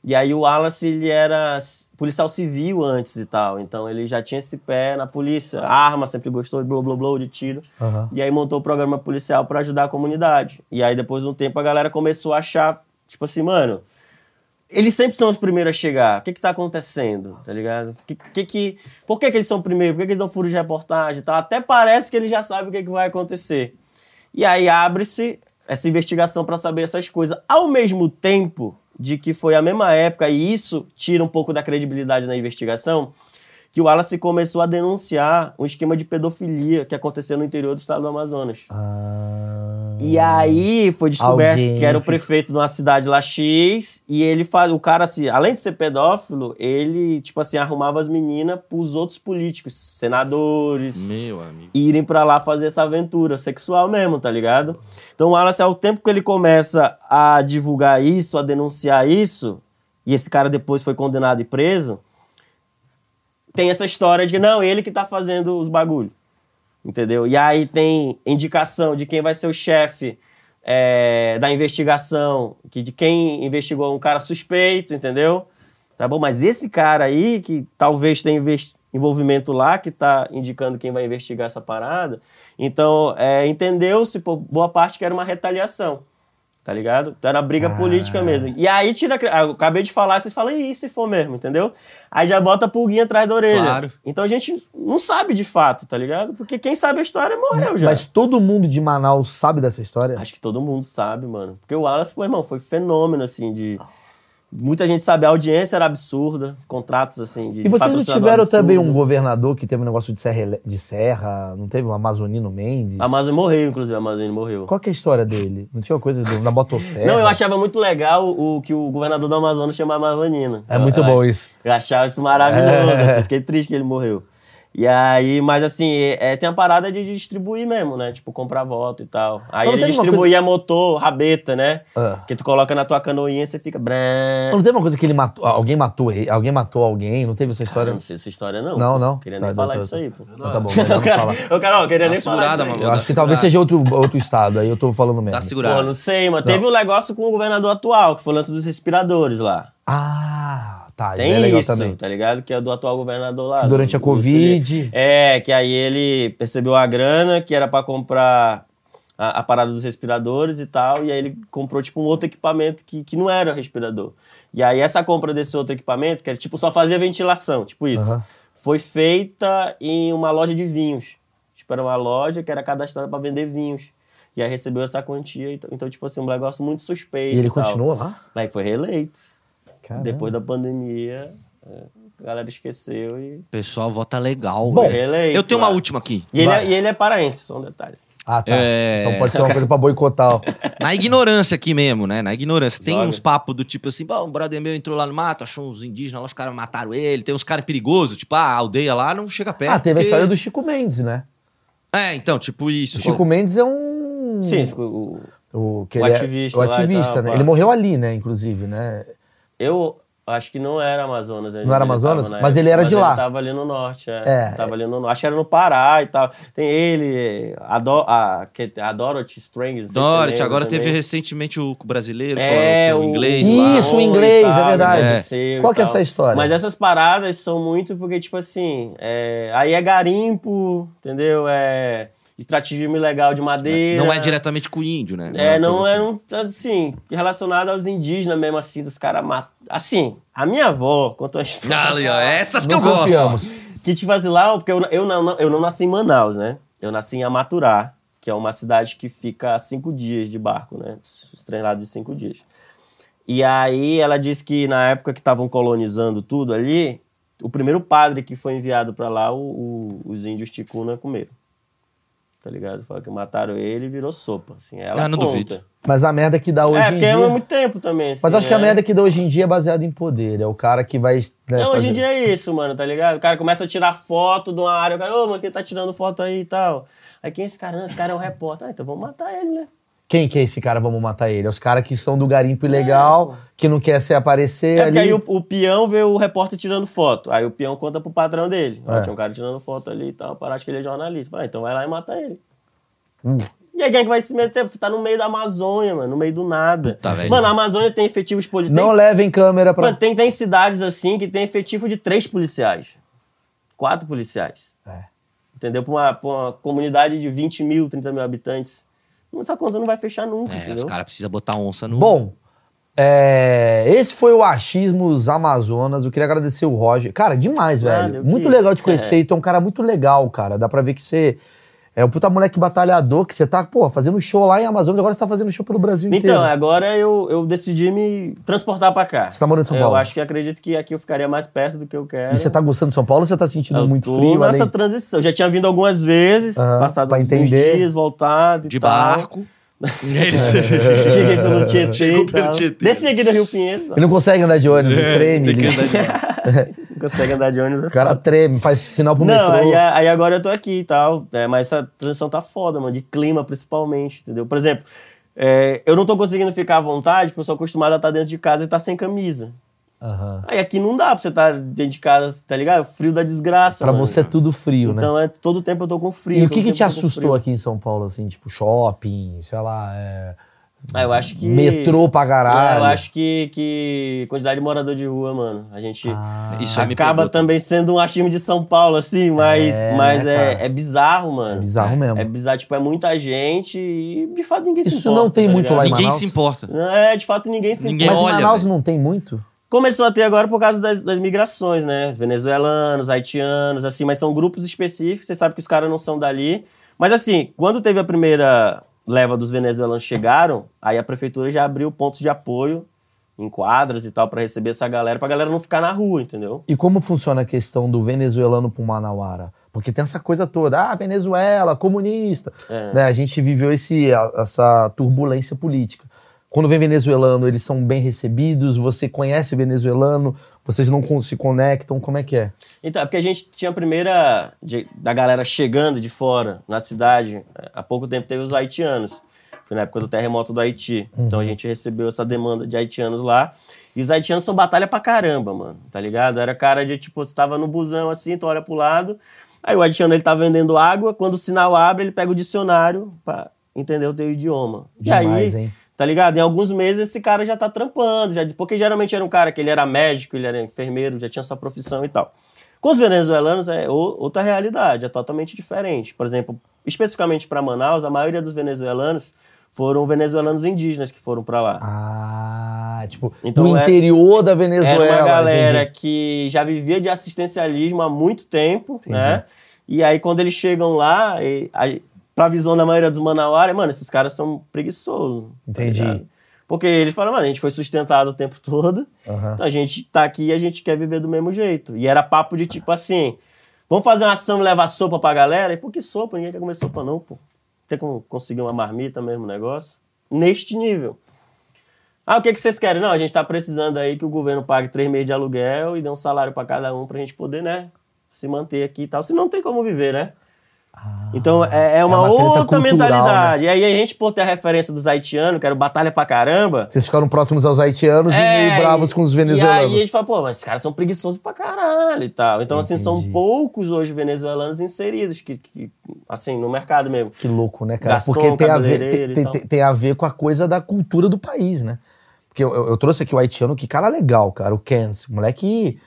E aí o Wallace, ele era c- policial civil antes e tal. Então ele já tinha esse pé na polícia, arma, sempre gostou de blá blá blá, de tiro.
Aham.
E aí montou o programa policial pra ajudar a comunidade. E aí depois de um tempo a galera começou a achar, tipo assim, mano, eles sempre são os primeiros a chegar. O que que tá acontecendo, tá ligado? Que, que, que, por que que eles são primeiros? Por que que eles dão furo de reportagem e tal? Até parece que eles já sabem o que que vai acontecer. E aí abre-se essa investigação para saber essas coisas. Ao mesmo tempo de que foi a mesma época, e isso tira um pouco da credibilidade na investigação, que o Wallace começou a denunciar um esquema de pedofilia que aconteceu no interior do estado do Amazonas.
Ah.
E aí foi descoberto
Alguém
que era o
ficou-
prefeito de uma cidade lá X, e ele faz. O cara, assim, além de ser pedófilo, ele, tipo assim, arrumava as meninas pros outros políticos, senadores,
Meu amigo.
irem pra lá fazer essa aventura sexual mesmo, tá ligado? Então o Wallace, ao tempo que ele começa a divulgar isso, a denunciar isso, e esse cara depois foi condenado e preso, tem essa história de que não, ele que tá fazendo os bagulho. Entendeu? E aí tem indicação de quem vai ser o chefe é, da investigação, que de quem investigou um cara suspeito, entendeu? Tá bom, mas esse cara aí, que talvez tenha inves- envolvimento lá, que tá indicando quem vai investigar essa parada, então é, entendeu-se, por boa parte, que era uma retaliação. Tá ligado? Então era briga política mesmo. E aí tira. a cri- ah, Eu acabei de falar, vocês falam, e se for mesmo, entendeu? Aí já bota a pulguinha atrás da orelha.
Claro.
Então a gente não sabe de fato, tá ligado? Porque quem sabe a história morreu já.
Mas todo mundo de Manaus sabe dessa história?
É. Acho que todo mundo sabe, mano. Porque o Wallace foi, irmão, foi fenômeno, assim, de. Muita gente sabe, a audiência era absurda, contratos, assim, de.
E vocês não
patrocinador
tiveram também
absurdo.
um governador que teve um negócio de serra, ele- de serra não teve? Um Amazonino Mendes?
A Amazônia morreu, inclusive, a Amazônia morreu.
Qual que é a história dele? Não tinha uma coisa do, na Botosserra?
Não, eu achava muito legal o que o governador do Amazonas chama Amazonina.
É muito
Eu-
bom É. isso.
Eu achava isso maravilhoso. assim, fiquei triste que ele morreu. E aí, mas assim, é, tem a parada de distribuir mesmo, né? Tipo, comprar voto e tal. Aí
não
ele
tem uma
distribuía motor, rabeta, né?
Ah.
Que tu coloca na tua canoinha e você fica. brã.
Não teve uma coisa que ele matou. ah, Alguém matou ele- alguém matou alguém? Não teve essa história?
Ah, não sei essa história, não.
Não,
pô.
não.
Queria
Não,
nem falar
doutor.
disso aí, pô.
Então tá bom, mas vamos falar.
Ô, Carol, queria
Tá
nem falar
segurada,
disso aí.
mano.
Eu acho que talvez seja outro, outro estado, aí eu tô falando mesmo.
Tá
Pô, não
segurado.
sei, mano. Teve um negócio com o governador atual, que foi o lance dos respiradores lá.
Ah, tá.
Tem
é legal
isso,
também.
tá ligado? Que é do atual governador lá.
Que durante a
do- do Lucili.
Covid.
É, que aí ele percebeu a grana que era pra comprar a, a parada dos respiradores e tal, e aí ele comprou tipo um outro equipamento que, que não era respirador. E aí essa compra desse outro equipamento, que era tipo só fazia ventilação, tipo isso,
Aham.
foi feita em uma loja de vinhos. Tipo, era uma loja que era cadastrada pra vender vinhos. E aí recebeu essa quantia, então, então, tipo assim, um negócio muito suspeito.
E ele
tal.
continuou lá?
Aí foi reeleito.
Caramba.
Depois da pandemia, é, a galera esqueceu e
Pessoal, vota legal.
Bom,
velho.
eleito,
eu tenho uma
é.
última aqui.
E ele, é,
Vai.
e ele é paraense, só um detalhe.
Ah, tá.
É.
Então pode ser uma coisa pra boicotar. ó.
Na ignorância aqui mesmo, né? Na ignorância. Tem
Joga.
uns papos do tipo assim, bom, um brother meu entrou lá no mato, achou uns indígenas lá, os caras mataram ele. Tem uns caras perigosos, tipo, ah, a aldeia lá não chega perto.
Ah, teve a
porque-
história do Chico Mendes, né?
É, então, tipo isso.
O Chico Mendes é um.
Sim, isso que o-
O, que
O
ele é-
ativista
o
lá e
ativista,
tal,
né?
pá.
Ele morreu ali, né? Inclusive, né?
eu acho que não era Amazonas. né?
Não era Amazonas? Mas ele era de lá.
Ele tava ali no norte, é.
É.
Tava ali no, acho que era no Pará e tal. Tem ele, a, Do, a, que- a Dorothy Strange. não sei se você
Dorothy,
lembra
agora
também.
teve recentemente o brasileiro,
É,
com
o
o inglês lá.
Isso, o inglês,
e
é verdade.
né, seu e
Qual que é
tal.
essa história?
Mas essas paradas são muito porque, tipo assim, é, aí é garimpo, entendeu? É extrativismo ilegal de madeira.
Não é diretamente com o índio, né?
É, não
coisa
é um, assim, relacionado aos indígenas mesmo, assim, dos caras mat... Assim, a minha avó contou uma
assim.
história
Ali, ó, essas que
Não
eu gosto.
confiamos.
que, tipo assim, lá, porque eu, eu, não, eu não nasci em Manaus, né? Eu nasci em Amaturá, que é uma cidade que fica a cinco dias de barco, né? Os treinados de cinco dias. E aí ela disse que na época que estavam colonizando tudo ali, o primeiro padre que foi enviado pra lá, o- o- os índios ticuna comeram. Tá ligado? Fala que mataram ele e virou sopa. Assim, ela
Ah, não
conta.
duvido.
Mas a merda que dá hoje
é,
em
porque
dia.
é muito tempo também. assim,
Mas acho que a
né?
merda que dá hoje em dia é baseada em poder. É o cara que vai. né,
Não, hoje
fazer-
em dia é isso, mano, tá ligado? O cara começa a tirar foto de uma área, o cara, ô, mano, quem tá tirando foto aí e tal? Aí quem é esse cara? Não, esse cara é um repórter. Ah, então vamos matar ele, né?
Quem que é esse cara? Vamos matar ele. É os caras que são do garimpo ilegal, que não quer se aparecer
É
ali.
porque aí o, o peão vê o repórter tirando foto. Aí o peão conta pro patrão dele. Ó,
É.
tinha um cara tirando foto ali e tal, parece que ele é jornalista. Fala, "Ah, então vai lá e mata ele.
Hum.
E aí, quem é que vai se meter? Tu tá no meio da Amazônia, mano, no meio do nada.
Puta, velho.
mano, a Amazônia tem efetivos políticos.
Não levem câmera pra.
Mano, tem, tem cidades assim que tem efetivo de três policiais. Quatro policiais.
É.
Entendeu? Pra uma, pra uma comunidade de 20 mil, 30 mil habitantes. Essa conta não vai fechar nunca,
É, os
entendeu?
caras precisam botar onça
Uhum.
no.
Bom, é, esse foi o Achismos Amazonas. Eu queria agradecer o Roger. Cara, demais,
Nada,
velho.
eu
Muito
que-
legal te conhecer.
É.
E tu é um cara muito legal, cara. Dá pra ver que você é um puta moleque batalhador, que você tá, pô, fazendo show lá em Amazonas. Agora você tá fazendo show pelo Brasil inteiro.
Então, agora eu, eu decidi me transportar pra cá.
Você tá morando em São Paulo?
Eu acho que acredito que aqui eu ficaria mais perto do que eu quero.
E você tá gostando de São Paulo ou você tá sentindo
Eu
muito
tô
frio?
nessa
além-
transição. Já tinha vindo algumas vezes,
Aham,
passado
pra
uns
entender.
dias, voltado e
De
tal.
barco.
É.
Eles...
Cheguei pelo Tietê.
Chegou
e
pelo
tal.
Tietê.
Desci aqui do Rio Pinheiro.
Ele não consegue andar de ônibus,
É,
ele treme.
É, Tem que
ele-
andar de barco.
Não consegue andar de ônibus. é
O cara treme, faz sinal pro
Não,
metrô.
aí, é aí agora eu tô aqui e tal. né, mas essa transição tá foda, mano. De clima, principalmente, entendeu? Por exemplo, é, eu não tô conseguindo ficar à vontade porque eu sou acostumado a estar dentro de casa e estar sem camisa.
Aham.
Aí aqui não dá pra você estar dentro de casa, tá ligado? Frio da desgraça,
Pra
mano.
você é tudo frio, né?
Então é todo tempo eu tô com frio.
E o
todo
que, que
tempo
te
eu tô com
assustou
frio.
aqui em São Paulo, assim? Tipo, shopping, sei lá, é,
Ah, eu acho que...
metrô pra
Ah,
caralho.
eu acho que, que quantidade de morador de rua, mano. A gente
Ah,
Isso aí me
acaba
pegou.
também sendo um achismo de São Paulo, assim, mas
É,
é, mas
né,
é,
cara?
é bizarro, mano.
é bizarro mesmo.
É bizarro, tipo, é muita gente e de fato ninguém se
Isso
importa.
não tem
tá
muito lá em
ligado?
Ninguém
Manaus?
se importa.
É, de fato ninguém se
Ninguém
Mas
importa.
em
olha,
Manaus
velho.
não tem muito?
Começou a ter agora por causa das, das migrações, né? Venezuelanos, haitianos, assim, mas são grupos específicos, você sabe que os caras não são dali. Mas assim, quando teve a primeira leva dos venezuelanos chegaram, aí a prefeitura já abriu pontos de apoio em quadras e tal pra receber essa galera, pra galera não ficar na rua, entendeu?
E como funciona a questão do venezuelano pro manauara? Porque tem essa coisa toda, ah, Venezuela, comunista.
É.
Né? A gente viveu esse, a- essa turbulência política. Quando vem venezuelano, eles são bem recebidos, você conhece venezuelano, vocês não con- se conectam, como é que é?
Então, é porque a gente tinha a primeira de- da galera chegando de fora na cidade. Há pouco tempo teve os haitianos. Foi na época do terremoto do Haiti. Então a gente recebeu essa demanda de haitianos lá. E os haitianos são batalha pra caramba, mano. Tá ligado? Era cara de tipo, você tava no busão assim, tu olha pro lado. Aí o haitiano ele tá vendendo água. Quando o sinal abre, ele pega o dicionário pra entender o teu idioma.
Demais,
e aí,
hein?
Tá ligado? Em alguns meses esse cara já tá trampando, já, porque geralmente era um cara que ele era médico, ele era enfermeiro, já tinha sua profissão e tal. Com os venezuelanos é o- outra realidade, é totalmente diferente. Por exemplo, especificamente para Manaus, a maioria dos venezuelanos foram venezuelanos indígenas que foram para lá.
Ah, tipo,
Então
no
é-
interior da Venezuela.
Era uma galera
entendi.
que já vivia de assistencialismo há muito tempo, né? E aí, quando eles chegam lá, e, a, pra visão da maioria dos manauara, mano, esses caras são preguiçosos. tá
Entendi.
ligado? Porque eles falam, mano, a gente foi sustentado o tempo todo,
Aham.
então a gente tá aqui e a gente quer viver do mesmo jeito. E era papo de tipo assim: vamos fazer uma ação e levar sopa pra galera? E por que sopa? Ninguém quer comer sopa, não, pô. Tem como conseguir uma marmita mesmo um negócio? Neste nível. Ah, o que, que vocês querem? Não, a gente tá precisando aí que o governo pague três meses de aluguel e dê um salário pra cada um pra gente poder, né? Se manter aqui e tal. Se não tem como viver, né? então é, é uma,
Ah, uma treta
outra
cultural, né?
mentalidade. E aí a gente, por ter a referência dos haitianos, que era o batalha pra caramba,
Vocês ficaram próximos aos haitianos e meio bravos
É, e-
com os venezuelanos.
E aí a gente fala, pô, mas esses caras são preguiçosos pra caralho e tal. Então, assim, são
Entendi.
poucos hoje venezuelanos inseridos, que, que, assim, no mercado mesmo.
Que louco, né, cara?
Garçom,
Porque tem a, ver,
cabeleireiro e
tem,
tal.
tem- tem a ver com a coisa da cultura do país, né? Porque eu, eu- eu trouxe aqui o haitiano, que cara legal, cara. O Kenz, moleque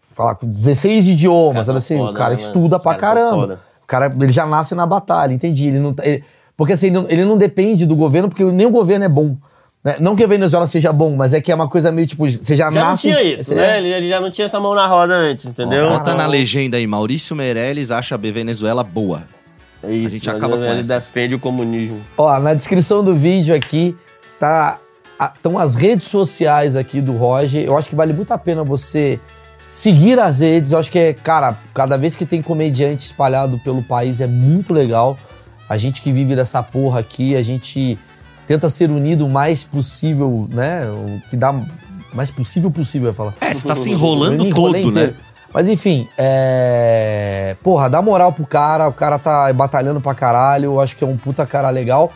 fala com 16 idiomas,
Os caras são
sabe assim, o
foda,
cara
né,
estuda
mano?
pra
Os caras são
caramba.
foda.
O cara, ele já nasce na batalha, entendi. Ele não, tá- ele- porque assim, ele não, ele não depende do governo, porque nem o governo é bom. né? Não que a Venezuela seja bom, mas é que é uma coisa meio tipo, você já,
Já não
nasce.
tinha isso,
você-
né? Ele, ele já não tinha essa mão na roda antes, entendeu?
Ó,
Bota
Caralho.
na legenda aí, Maurício Meirelles acha a B Venezuela boa.
É isso,
A gente
mas
acaba com
Ele
essa.
defende o comunismo.
Ó, na descrição do vídeo aqui tá estão as redes sociais aqui do Roger. Eu acho que vale muito a pena você seguir as redes. Eu acho que é, cara, cada vez que tem comediante espalhado pelo país é muito legal. A gente que vive dessa porra aqui, a gente tenta ser unido o mais possível, né? O que dá mais possível possível, eu ia falar.
É, você tá se
Eu
enrolando
me enrolei
todo, né?
inteiro. Mas enfim, é. Porra, dá moral pro cara, o cara tá batalhando pra caralho, eu acho que é um puta cara legal.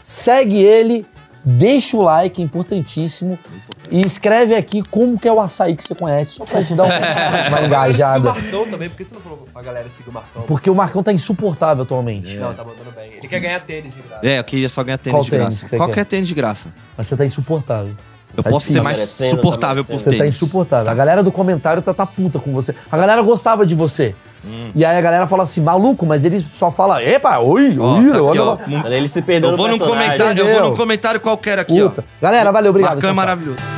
Segue ele, deixa o like, é importantíssimo. E escreve aqui como que é o açaí que você conhece, só pra te dar um- uma engajada.
Siga o Marcão também, por que você não falou pra galera seguir o Marcão?
Porque o Marcão tá insuportável atualmente.
Não, tá mandando bem. Ele quer ganhar tênis de graça.
É, eu queria só ganhar tênis
Qual
de
tênis
graça.
que você
Qual
quer?
que é tênis de graça?
Mas você tá insuportável.
Eu
Tá
posso
difícil.
ser mais
Merecendo,
suportável
tá
por
Você
tênis.
tá insuportável. A galera do comentário tá, tá puta com você. A galera gostava de você.
Hum.
E aí a galera fala assim, maluco, mas ele só fala, epa, oi, oi,
Ó, tá
olha
aqui, ó.
lá."
Num-
Ele se perdeu
Eu
no
vou num
personagem.
comentário, eu vou
Entendeu?
num comentário qualquer aqui, ó.
Puta. Galera, valeu, obrigado. então, tá.
Marcão é
tchau, tchau.
maravilhoso.